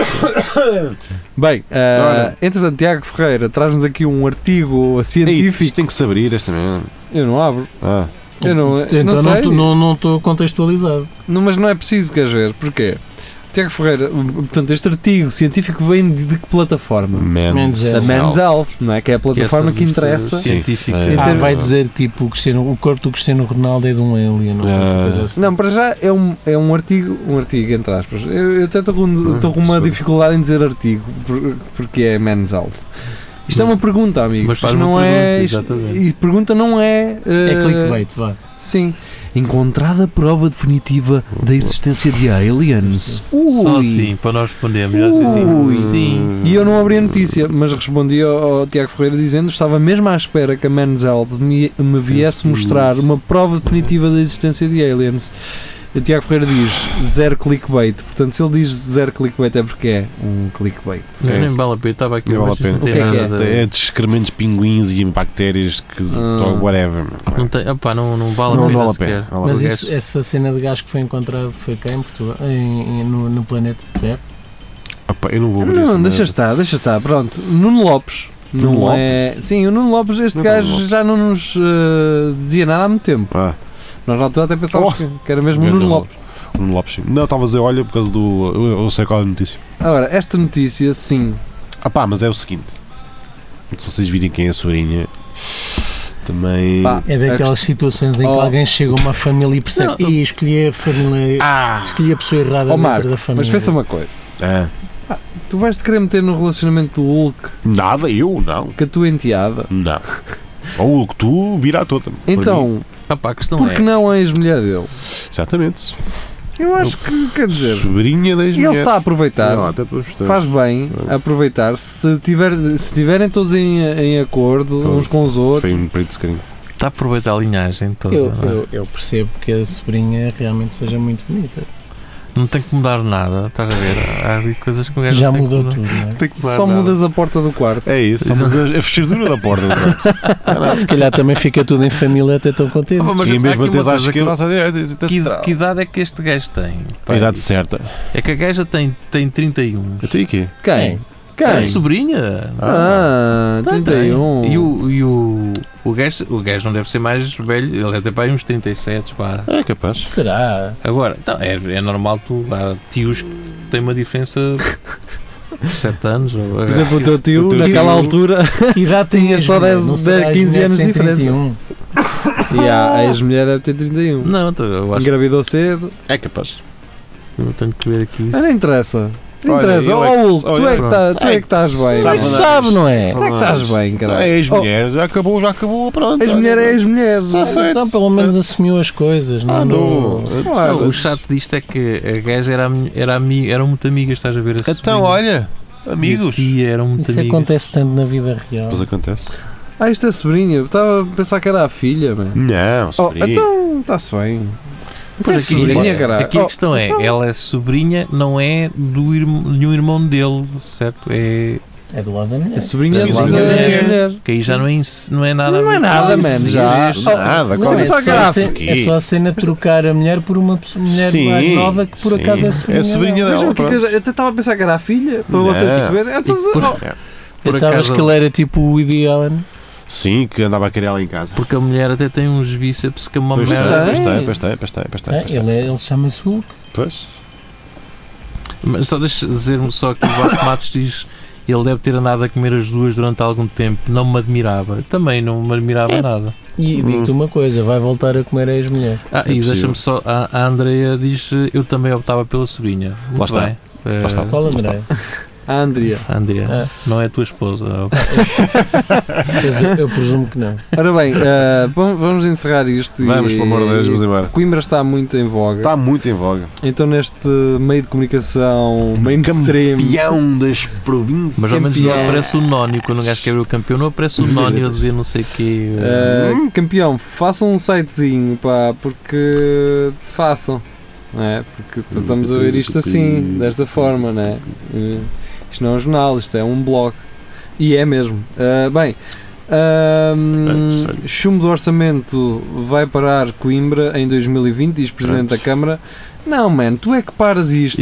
[SPEAKER 1] Bem,
[SPEAKER 4] Ora.
[SPEAKER 1] uh, entretanto, Tiago Ferreira traz-nos aqui um artigo científico.
[SPEAKER 4] Ei, isto tem que se abrir esta merda.
[SPEAKER 1] Eu não abro.
[SPEAKER 4] Ah,
[SPEAKER 1] Eu não,
[SPEAKER 3] Então,
[SPEAKER 1] não sei.
[SPEAKER 3] não- não não estou contextualizado.
[SPEAKER 1] Não, mas não é preciso, queres ver? Porquê? Tiago Ferreira, hum, portanto, este artigo científico vem de, de que plataforma?
[SPEAKER 3] Menos
[SPEAKER 1] Da
[SPEAKER 4] um
[SPEAKER 3] Men's
[SPEAKER 1] Men's Health, não é? Que é a plataforma
[SPEAKER 2] essa
[SPEAKER 1] que
[SPEAKER 2] lista
[SPEAKER 1] interessa.
[SPEAKER 2] Científica.
[SPEAKER 4] Sim.
[SPEAKER 3] Ah,
[SPEAKER 1] Então-
[SPEAKER 3] vai dizer tipo o, Cristiano, o corpo do Cristiano Ronaldo é de um alien. Não,
[SPEAKER 4] Ah.
[SPEAKER 3] coisa assim.
[SPEAKER 1] Não, para já é um, é um artigo, um artigo, entre aspas. Eu, eu até estou com, estou com uma
[SPEAKER 4] sim.
[SPEAKER 1] dificuldade em dizer artigo, por- porque é menos alvo. Isto é uma pergunta, amigo.
[SPEAKER 2] Mas faz
[SPEAKER 1] Isto
[SPEAKER 2] uma
[SPEAKER 1] não é,
[SPEAKER 2] pergunta,
[SPEAKER 1] isto-
[SPEAKER 2] exatamente.
[SPEAKER 1] E pergunta não é.
[SPEAKER 3] É
[SPEAKER 1] eh,
[SPEAKER 3] clickbait, vá.
[SPEAKER 1] Sim. Encontrada prova definitiva da existência de aliens.
[SPEAKER 2] Só
[SPEAKER 1] Ui.
[SPEAKER 2] assim, para nós respondermos. Já sei
[SPEAKER 1] Ui.
[SPEAKER 2] sim. Sim.
[SPEAKER 1] E eu não abri a notícia, mas respondi ao, ao Tiago Ferreira dizendo estava mesmo à espera que a Manzeld me, me viesse mostrar uma prova definitiva da existência de aliens. E o Tiago Ferreira diz zero clickbait. Portanto, se ele diz zero clickbait é porque é um clickbait.
[SPEAKER 2] Não,
[SPEAKER 4] É.
[SPEAKER 2] Nem vale a pena, estava aqui,
[SPEAKER 4] Não
[SPEAKER 2] mas
[SPEAKER 4] vale a
[SPEAKER 2] isto não
[SPEAKER 4] pena.
[SPEAKER 2] tem
[SPEAKER 1] O que é que
[SPEAKER 2] nada de-
[SPEAKER 4] É de excrementos pinguins e bactérias que.
[SPEAKER 1] Ah.
[SPEAKER 4] whatever. é? meu.
[SPEAKER 2] Não, tem, opá, não, não vale a
[SPEAKER 4] Não
[SPEAKER 2] pena
[SPEAKER 4] vale a
[SPEAKER 2] sequer.
[SPEAKER 4] pena. Vale a
[SPEAKER 3] Mas
[SPEAKER 2] O
[SPEAKER 3] isso-
[SPEAKER 2] gajo-
[SPEAKER 3] essa cena de gás que foi encontrado foi cá em Portugal, em- em- no, no planeta Terra.
[SPEAKER 4] Opa, eu não vou abrir esta
[SPEAKER 1] Não,
[SPEAKER 4] merda.
[SPEAKER 1] deixa estar, deixa estar. Pronto, Nuno Lopes.
[SPEAKER 4] Nuno é
[SPEAKER 1] não é... Sim, o Nuno Lopes, este
[SPEAKER 4] Nuno
[SPEAKER 1] gajo
[SPEAKER 4] Lopes.
[SPEAKER 1] já não nos eh, dizia nada há muito tempo.
[SPEAKER 4] Ah,
[SPEAKER 1] Nós na altura até pensávamos
[SPEAKER 4] Oh.
[SPEAKER 1] que- que era mesmo o
[SPEAKER 4] Grande
[SPEAKER 1] Nuno
[SPEAKER 4] Nuno
[SPEAKER 1] Lopes.
[SPEAKER 4] Nuno Lopes, Um sim. Não, estava a dizer, olha, por causa do. Eu, eu sei qual é a notícia.
[SPEAKER 1] Agora, esta notícia, sim,
[SPEAKER 4] Ah, pá, mas é o seguinte. Se vocês virem quem é a Sorinha, também.
[SPEAKER 1] Pá.
[SPEAKER 3] É daquelas situações em que
[SPEAKER 1] Oh.
[SPEAKER 3] alguém chega a uma família e percebe,
[SPEAKER 2] Não.
[SPEAKER 3] e escolhi a família,
[SPEAKER 4] Ah!
[SPEAKER 3] escolhi a pessoa errada
[SPEAKER 1] Ó, Marco,
[SPEAKER 3] dentro da família.
[SPEAKER 1] mas pensa uma coisa.
[SPEAKER 4] Ah,
[SPEAKER 1] Tu vais-te querer meter no relacionamento do Hulk
[SPEAKER 4] Nada, eu não.
[SPEAKER 1] com a tua enteada? (laughs)
[SPEAKER 4] Não. Ou o que tu vira a toda. para mim.
[SPEAKER 1] Então,
[SPEAKER 2] opá, a questão
[SPEAKER 1] por que
[SPEAKER 2] é.
[SPEAKER 1] não a ex-mulher dele?
[SPEAKER 4] Exatamente.
[SPEAKER 1] Eu acho que, quer dizer,
[SPEAKER 4] Sobrinha das
[SPEAKER 1] ele está a aproveitar,
[SPEAKER 4] aproveitar.
[SPEAKER 1] faz bem a aproveitar. Se, tiver, se tiverem todos em, em acordo
[SPEAKER 4] Todos.
[SPEAKER 1] uns com os outros,
[SPEAKER 4] Foi um preto carinho.
[SPEAKER 2] Está a aproveitar a linhagem toda.
[SPEAKER 3] eu,
[SPEAKER 2] não é?
[SPEAKER 3] eu- eu percebo que a sobrinha realmente seja muito bonita.
[SPEAKER 2] Não tem que mudar nada, estás a ver? Há ali coisas que o gajo
[SPEAKER 3] Já
[SPEAKER 2] não tem
[SPEAKER 3] mudou
[SPEAKER 2] que mudar.
[SPEAKER 3] tudo, não é?
[SPEAKER 4] Tem que
[SPEAKER 1] só mudas a porta do quarto.
[SPEAKER 4] É isso. Só mudas a fechadura da (laughs) porta. é?
[SPEAKER 3] Ah, se calhar também fica tudo em família, até estou contente.
[SPEAKER 2] Opa, mas
[SPEAKER 4] e
[SPEAKER 2] há
[SPEAKER 4] mesmo
[SPEAKER 2] aqui uma
[SPEAKER 4] até à
[SPEAKER 2] coisa que eu-
[SPEAKER 4] esquerda, à direita.
[SPEAKER 2] que, que idade é que este gajo tem?
[SPEAKER 4] A
[SPEAKER 2] Pá,
[SPEAKER 4] idade certa.
[SPEAKER 2] É que a gaja tem, tem 31.
[SPEAKER 4] Eu tenho aqui.
[SPEAKER 1] Quem?
[SPEAKER 2] É. A
[SPEAKER 1] Quem?
[SPEAKER 2] sobrinha?
[SPEAKER 1] Ah,
[SPEAKER 2] Tem, tem.
[SPEAKER 1] 31.
[SPEAKER 2] Tá E, o, e o, o, gajo, o gajo não deve ser mais velho, ele deve ter para aí uns 37. Pá.
[SPEAKER 4] É capaz.
[SPEAKER 3] Será?
[SPEAKER 2] Agora, então, é, é normal tu. Há tios que têm uma diferença
[SPEAKER 1] (laughs)
[SPEAKER 2] de 7 anos. Ou,
[SPEAKER 1] Por exemplo, o teu
[SPEAKER 4] O
[SPEAKER 1] tio,
[SPEAKER 4] teu
[SPEAKER 1] naquela
[SPEAKER 2] (laughs)
[SPEAKER 4] tio-
[SPEAKER 1] altura,
[SPEAKER 3] Que idade tem
[SPEAKER 1] Tinha
[SPEAKER 3] a
[SPEAKER 1] só
[SPEAKER 3] Juliana?
[SPEAKER 1] 10,
[SPEAKER 3] Não será
[SPEAKER 1] 10,
[SPEAKER 3] a
[SPEAKER 1] 15
[SPEAKER 3] Juliana
[SPEAKER 1] anos
[SPEAKER 3] que
[SPEAKER 1] de
[SPEAKER 3] tem
[SPEAKER 1] diferença.
[SPEAKER 3] 31?
[SPEAKER 1] e (laughs) a a ex-mulher deve ter 31.
[SPEAKER 2] não, então, eu acho
[SPEAKER 1] Engravidou cedo.
[SPEAKER 4] É capaz.
[SPEAKER 2] que eu tenho que ver aqui isso.
[SPEAKER 1] Ah, não interessa. Não
[SPEAKER 4] Olha,
[SPEAKER 1] interessa.
[SPEAKER 4] eu
[SPEAKER 1] Ó
[SPEAKER 4] é que-
[SPEAKER 1] Hulk, tu
[SPEAKER 4] olha,
[SPEAKER 1] é que tá- tu é que estás bem.
[SPEAKER 3] Sabe,
[SPEAKER 4] Sabe,
[SPEAKER 3] sabe, não é?
[SPEAKER 1] Tu é que estás bem, caralho.
[SPEAKER 4] É ex-mulher, já acabou, já acabou,
[SPEAKER 1] Oh,
[SPEAKER 4] pronto.
[SPEAKER 1] ex-mulher é ex-mulher.
[SPEAKER 4] Tá feito.
[SPEAKER 3] Então pelo menos assumiu as coisas.
[SPEAKER 4] Ah, não.
[SPEAKER 3] não.
[SPEAKER 1] Claro.
[SPEAKER 2] Não, o chato disto é que a gaja era, ami- era ami- eram muito amigas, estás a ver? A
[SPEAKER 4] Então,
[SPEAKER 2] sobrinha
[SPEAKER 4] olha, amigos.
[SPEAKER 2] E a tia eram muito
[SPEAKER 3] Isso é
[SPEAKER 2] amigas.
[SPEAKER 3] acontece tanto na vida real.
[SPEAKER 4] Depois acontece.
[SPEAKER 1] Ah, isto é sobrinha. Eu Estava a pensar que era a filha, mano.
[SPEAKER 4] Não,
[SPEAKER 1] Oh,
[SPEAKER 4] sobrinho.
[SPEAKER 1] então está-se bem. Então é
[SPEAKER 2] Pois aqui,
[SPEAKER 1] sobrinha, caralho.
[SPEAKER 2] Aqui a
[SPEAKER 1] Oh,
[SPEAKER 2] questão é, ela é sobrinha, não é do irmão, nenhum irmão dele, certo? É
[SPEAKER 3] É do lado da mulher.
[SPEAKER 1] é sobrinha
[SPEAKER 2] Sim,
[SPEAKER 1] da
[SPEAKER 2] claro.
[SPEAKER 1] da
[SPEAKER 2] É.
[SPEAKER 1] ex-mulher.
[SPEAKER 2] que aí já não é, ins- não é nada.
[SPEAKER 1] Não é nada,
[SPEAKER 2] Não
[SPEAKER 1] mano,
[SPEAKER 2] existe.
[SPEAKER 1] já.
[SPEAKER 2] Não,
[SPEAKER 4] Nada,
[SPEAKER 3] Não,
[SPEAKER 4] qual
[SPEAKER 3] é,
[SPEAKER 1] Olha,
[SPEAKER 3] só
[SPEAKER 1] só
[SPEAKER 3] a cena-
[SPEAKER 4] gráfico.
[SPEAKER 3] é só a cena de trocar a mulher por uma pessoa- mulher mais nova que por
[SPEAKER 4] sim.
[SPEAKER 3] acaso é sobrinha.
[SPEAKER 4] É sobrinha
[SPEAKER 3] dela.
[SPEAKER 1] Mas
[SPEAKER 4] dela.
[SPEAKER 1] o que é que eu
[SPEAKER 4] pronto.
[SPEAKER 1] já- eu até estava a pensar que era a filha, para
[SPEAKER 4] Não.
[SPEAKER 1] vocês perceberem. Então,
[SPEAKER 2] E por-
[SPEAKER 1] oh,
[SPEAKER 2] Por
[SPEAKER 3] Pensavas
[SPEAKER 2] acaso-
[SPEAKER 3] que ele era tipo o Woody Allen?
[SPEAKER 4] Sim, que andava a querer ela em casa.
[SPEAKER 2] Porque a mulher até tem uns bíceps que uma
[SPEAKER 4] Pois
[SPEAKER 2] mulher.
[SPEAKER 4] tem,
[SPEAKER 1] merda.
[SPEAKER 4] pois tem, pois tem, pois tem, pois tem,
[SPEAKER 3] Ah,
[SPEAKER 4] pois tem.
[SPEAKER 3] ele é- ele chama-se Hulk.
[SPEAKER 4] Pois.
[SPEAKER 2] Mas só deixa dizer-me só que o Vasco Matos diz. Ele deve ter andado a comer as duas durante algum tempo. Não me admirava. Também não me admirava nada.
[SPEAKER 3] E digo-te uma coisa, vai voltar a comer a ex-mulher.
[SPEAKER 2] Ah,
[SPEAKER 4] É
[SPEAKER 2] e
[SPEAKER 4] possível.
[SPEAKER 2] deixa-me só. A, a Andrea diz: Eu também optava pela sobrinha. Muito
[SPEAKER 4] está.
[SPEAKER 2] bem. Eh,
[SPEAKER 4] está.
[SPEAKER 3] Qual
[SPEAKER 4] Lá
[SPEAKER 3] André?
[SPEAKER 1] a Andrea.
[SPEAKER 2] Andrea, não é a tua (laughs) esposa.
[SPEAKER 3] Pois eu, eu presumo que não.
[SPEAKER 1] Ora bem, eh, bom, vamos encerrar isto. e-
[SPEAKER 4] Vamos, pelo amor de Deus, Tá. vamos embora.
[SPEAKER 1] Coimbra está muito em voga.
[SPEAKER 4] Está muito em voga.
[SPEAKER 1] Então, neste meio de comunicação mainstream.
[SPEAKER 4] Campeão das províncias.
[SPEAKER 2] Mas ao menos não
[SPEAKER 1] Campeão.
[SPEAKER 2] aparece o Nónio. Quando o gajo quer ver o campeão, não aparece o Nónio a dizer não sei o quê. eh,
[SPEAKER 4] É,
[SPEAKER 1] Uh, campeão, façam um sitezinho, pá, porque te façam, não é? Porque t- estamos a ver isto assim, desta forma, não é? Uh, Isto não é um jornal, isto é um blog. E é mesmo. Uh, bem, Ahm,
[SPEAKER 2] Perfeito.
[SPEAKER 1] Chumbo do orçamento vai parar Coimbra em 2020, diz Presidente da Câmara. Não, mano, tu é que paras isto.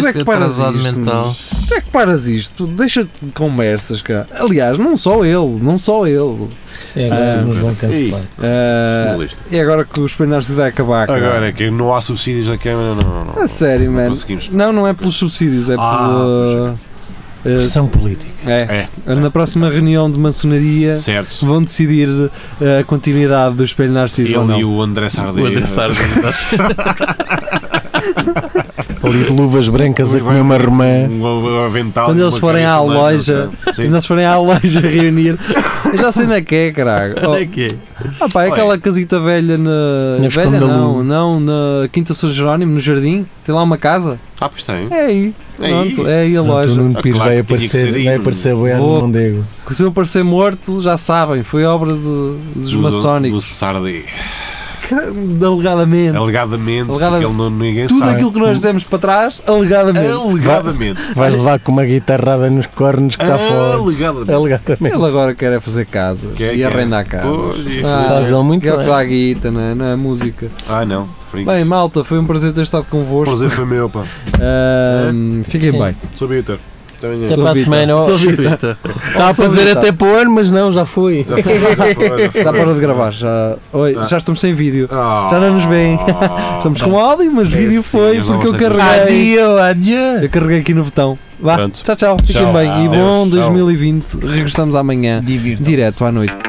[SPEAKER 1] caralho.
[SPEAKER 2] este
[SPEAKER 1] tu é que paras
[SPEAKER 2] atrasado
[SPEAKER 1] isto,
[SPEAKER 2] mental.
[SPEAKER 1] mano. Tu é que paras isto. Deixa de conversas, cara. Aliás, não só ele, não só ele.
[SPEAKER 3] É agora
[SPEAKER 1] Ah,
[SPEAKER 3] que nos vão cancelar.
[SPEAKER 1] Ah,
[SPEAKER 4] Jornalista.
[SPEAKER 1] e agora que o Espelho Narciso vai acabar. cara.
[SPEAKER 4] Agora, é que não há subsídios na Câmara, não, não, não.
[SPEAKER 1] A Ah, sério,
[SPEAKER 4] não
[SPEAKER 1] mano.
[SPEAKER 4] conseguimos.
[SPEAKER 1] Não, não é pelos subsídios, é
[SPEAKER 4] Ah,
[SPEAKER 1] pela. eh,
[SPEAKER 3] Pressão política.
[SPEAKER 1] é.
[SPEAKER 4] É.
[SPEAKER 1] Na próxima reunião de maçonaria
[SPEAKER 4] Certo.
[SPEAKER 1] vão decidir eh, a continuidade do Espelho Narciso. ou não.
[SPEAKER 4] Ele e o André Sardinha.
[SPEAKER 2] O André Sardinha.
[SPEAKER 3] Ali de luvas brancas a
[SPEAKER 4] Muito
[SPEAKER 3] comer
[SPEAKER 4] bem.
[SPEAKER 3] uma remã.
[SPEAKER 4] (laughs) Um avental.
[SPEAKER 1] Quando
[SPEAKER 4] uma
[SPEAKER 1] eles forem à
[SPEAKER 4] cabeça de
[SPEAKER 1] loja,
[SPEAKER 4] lã,
[SPEAKER 1] E
[SPEAKER 4] Sim.
[SPEAKER 1] nós forem à loja reunir. Eu já sei onde é que é, caralho.
[SPEAKER 2] Onde é que é?
[SPEAKER 1] Oh, ah pá, é
[SPEAKER 4] Olha.
[SPEAKER 1] aquela casita velha na.
[SPEAKER 3] Na
[SPEAKER 1] velha
[SPEAKER 3] Visconde da
[SPEAKER 1] não,
[SPEAKER 3] Lua.
[SPEAKER 1] não, na Quinta São Jerónimo, no jardim. Tem lá uma casa.
[SPEAKER 4] Ah, pois tem.
[SPEAKER 1] É aí.
[SPEAKER 4] É
[SPEAKER 1] Pronto,
[SPEAKER 4] aí.
[SPEAKER 1] é aí a
[SPEAKER 3] Pronto, O
[SPEAKER 1] loja.
[SPEAKER 3] Nuno
[SPEAKER 4] Ah,
[SPEAKER 3] Pires
[SPEAKER 4] claro
[SPEAKER 3] vai
[SPEAKER 4] que tinha que
[SPEAKER 3] aparecer,
[SPEAKER 4] ser aí,
[SPEAKER 3] vai
[SPEAKER 4] mano.
[SPEAKER 3] aparecer boiado
[SPEAKER 1] Vou-
[SPEAKER 3] no Mondego.
[SPEAKER 1] Se eu parecer morto, já sabem, foi obra de- dos
[SPEAKER 4] Do- Do
[SPEAKER 1] maçónicos.
[SPEAKER 4] Sardi.
[SPEAKER 1] Que-
[SPEAKER 4] É
[SPEAKER 1] Alegadamente.
[SPEAKER 4] um Alegadamente.
[SPEAKER 1] Alegada-
[SPEAKER 4] porque Ele não, ninguém
[SPEAKER 1] Tudo
[SPEAKER 4] sabe.
[SPEAKER 1] aquilo que nós dizemos para trás,
[SPEAKER 4] É um
[SPEAKER 1] alegadamente.
[SPEAKER 4] Alegadamente.
[SPEAKER 3] Vais levar com uma guitarrada nos cornos que
[SPEAKER 1] Ah, Tá
[SPEAKER 3] está fora.
[SPEAKER 4] Alegadamente.
[SPEAKER 3] Alegadamente.
[SPEAKER 1] Ele agora quer é fazer casa
[SPEAKER 4] Quer,
[SPEAKER 1] e
[SPEAKER 4] quer.
[SPEAKER 1] arrendar casa.
[SPEAKER 4] Pois, e-
[SPEAKER 1] Ah,
[SPEAKER 3] Faz ele muito
[SPEAKER 1] Quer é o que dá
[SPEAKER 3] bem.
[SPEAKER 1] a guita, não é? Não é? A música.
[SPEAKER 4] Ah, não. Fringos.
[SPEAKER 1] Bem, malta, foi um prazer ter estado
[SPEAKER 4] o
[SPEAKER 1] convosco.
[SPEAKER 4] prazer É. foi meu, pá.
[SPEAKER 1] Ahm, fiquem
[SPEAKER 3] Sim.
[SPEAKER 1] bem.
[SPEAKER 4] Sou Bitter. Também é.
[SPEAKER 3] Até para a
[SPEAKER 1] Vitor.
[SPEAKER 3] semana. ó.
[SPEAKER 1] Sou Vitor.
[SPEAKER 2] Eita.
[SPEAKER 3] Está a
[SPEAKER 1] Sou
[SPEAKER 3] fazer
[SPEAKER 1] Vitor.
[SPEAKER 3] até para o ano, mas não, já foi.
[SPEAKER 4] Já foi, já foi, já foi.
[SPEAKER 1] Já parou de gravar, já, Oi,
[SPEAKER 4] Tá.
[SPEAKER 1] já estamos sem vídeo. (laughs)
[SPEAKER 4] Ah.
[SPEAKER 1] Já não nos veem. Estamos com áudio, mas
[SPEAKER 4] É
[SPEAKER 1] vídeo
[SPEAKER 4] sim,
[SPEAKER 1] foi
[SPEAKER 4] eles não
[SPEAKER 1] porque eu
[SPEAKER 4] gostam de
[SPEAKER 1] carreguei.
[SPEAKER 3] Adio, adio.
[SPEAKER 1] Eu carreguei aqui no botão. Vá,
[SPEAKER 4] Pronto.
[SPEAKER 1] tchau, tchau. Fiquem
[SPEAKER 3] Tchau.
[SPEAKER 1] bem e bom
[SPEAKER 4] Adeus, tchau.
[SPEAKER 1] 2020. Regressamos amanhã,
[SPEAKER 3] Divirtam-se.
[SPEAKER 1] direto à noite.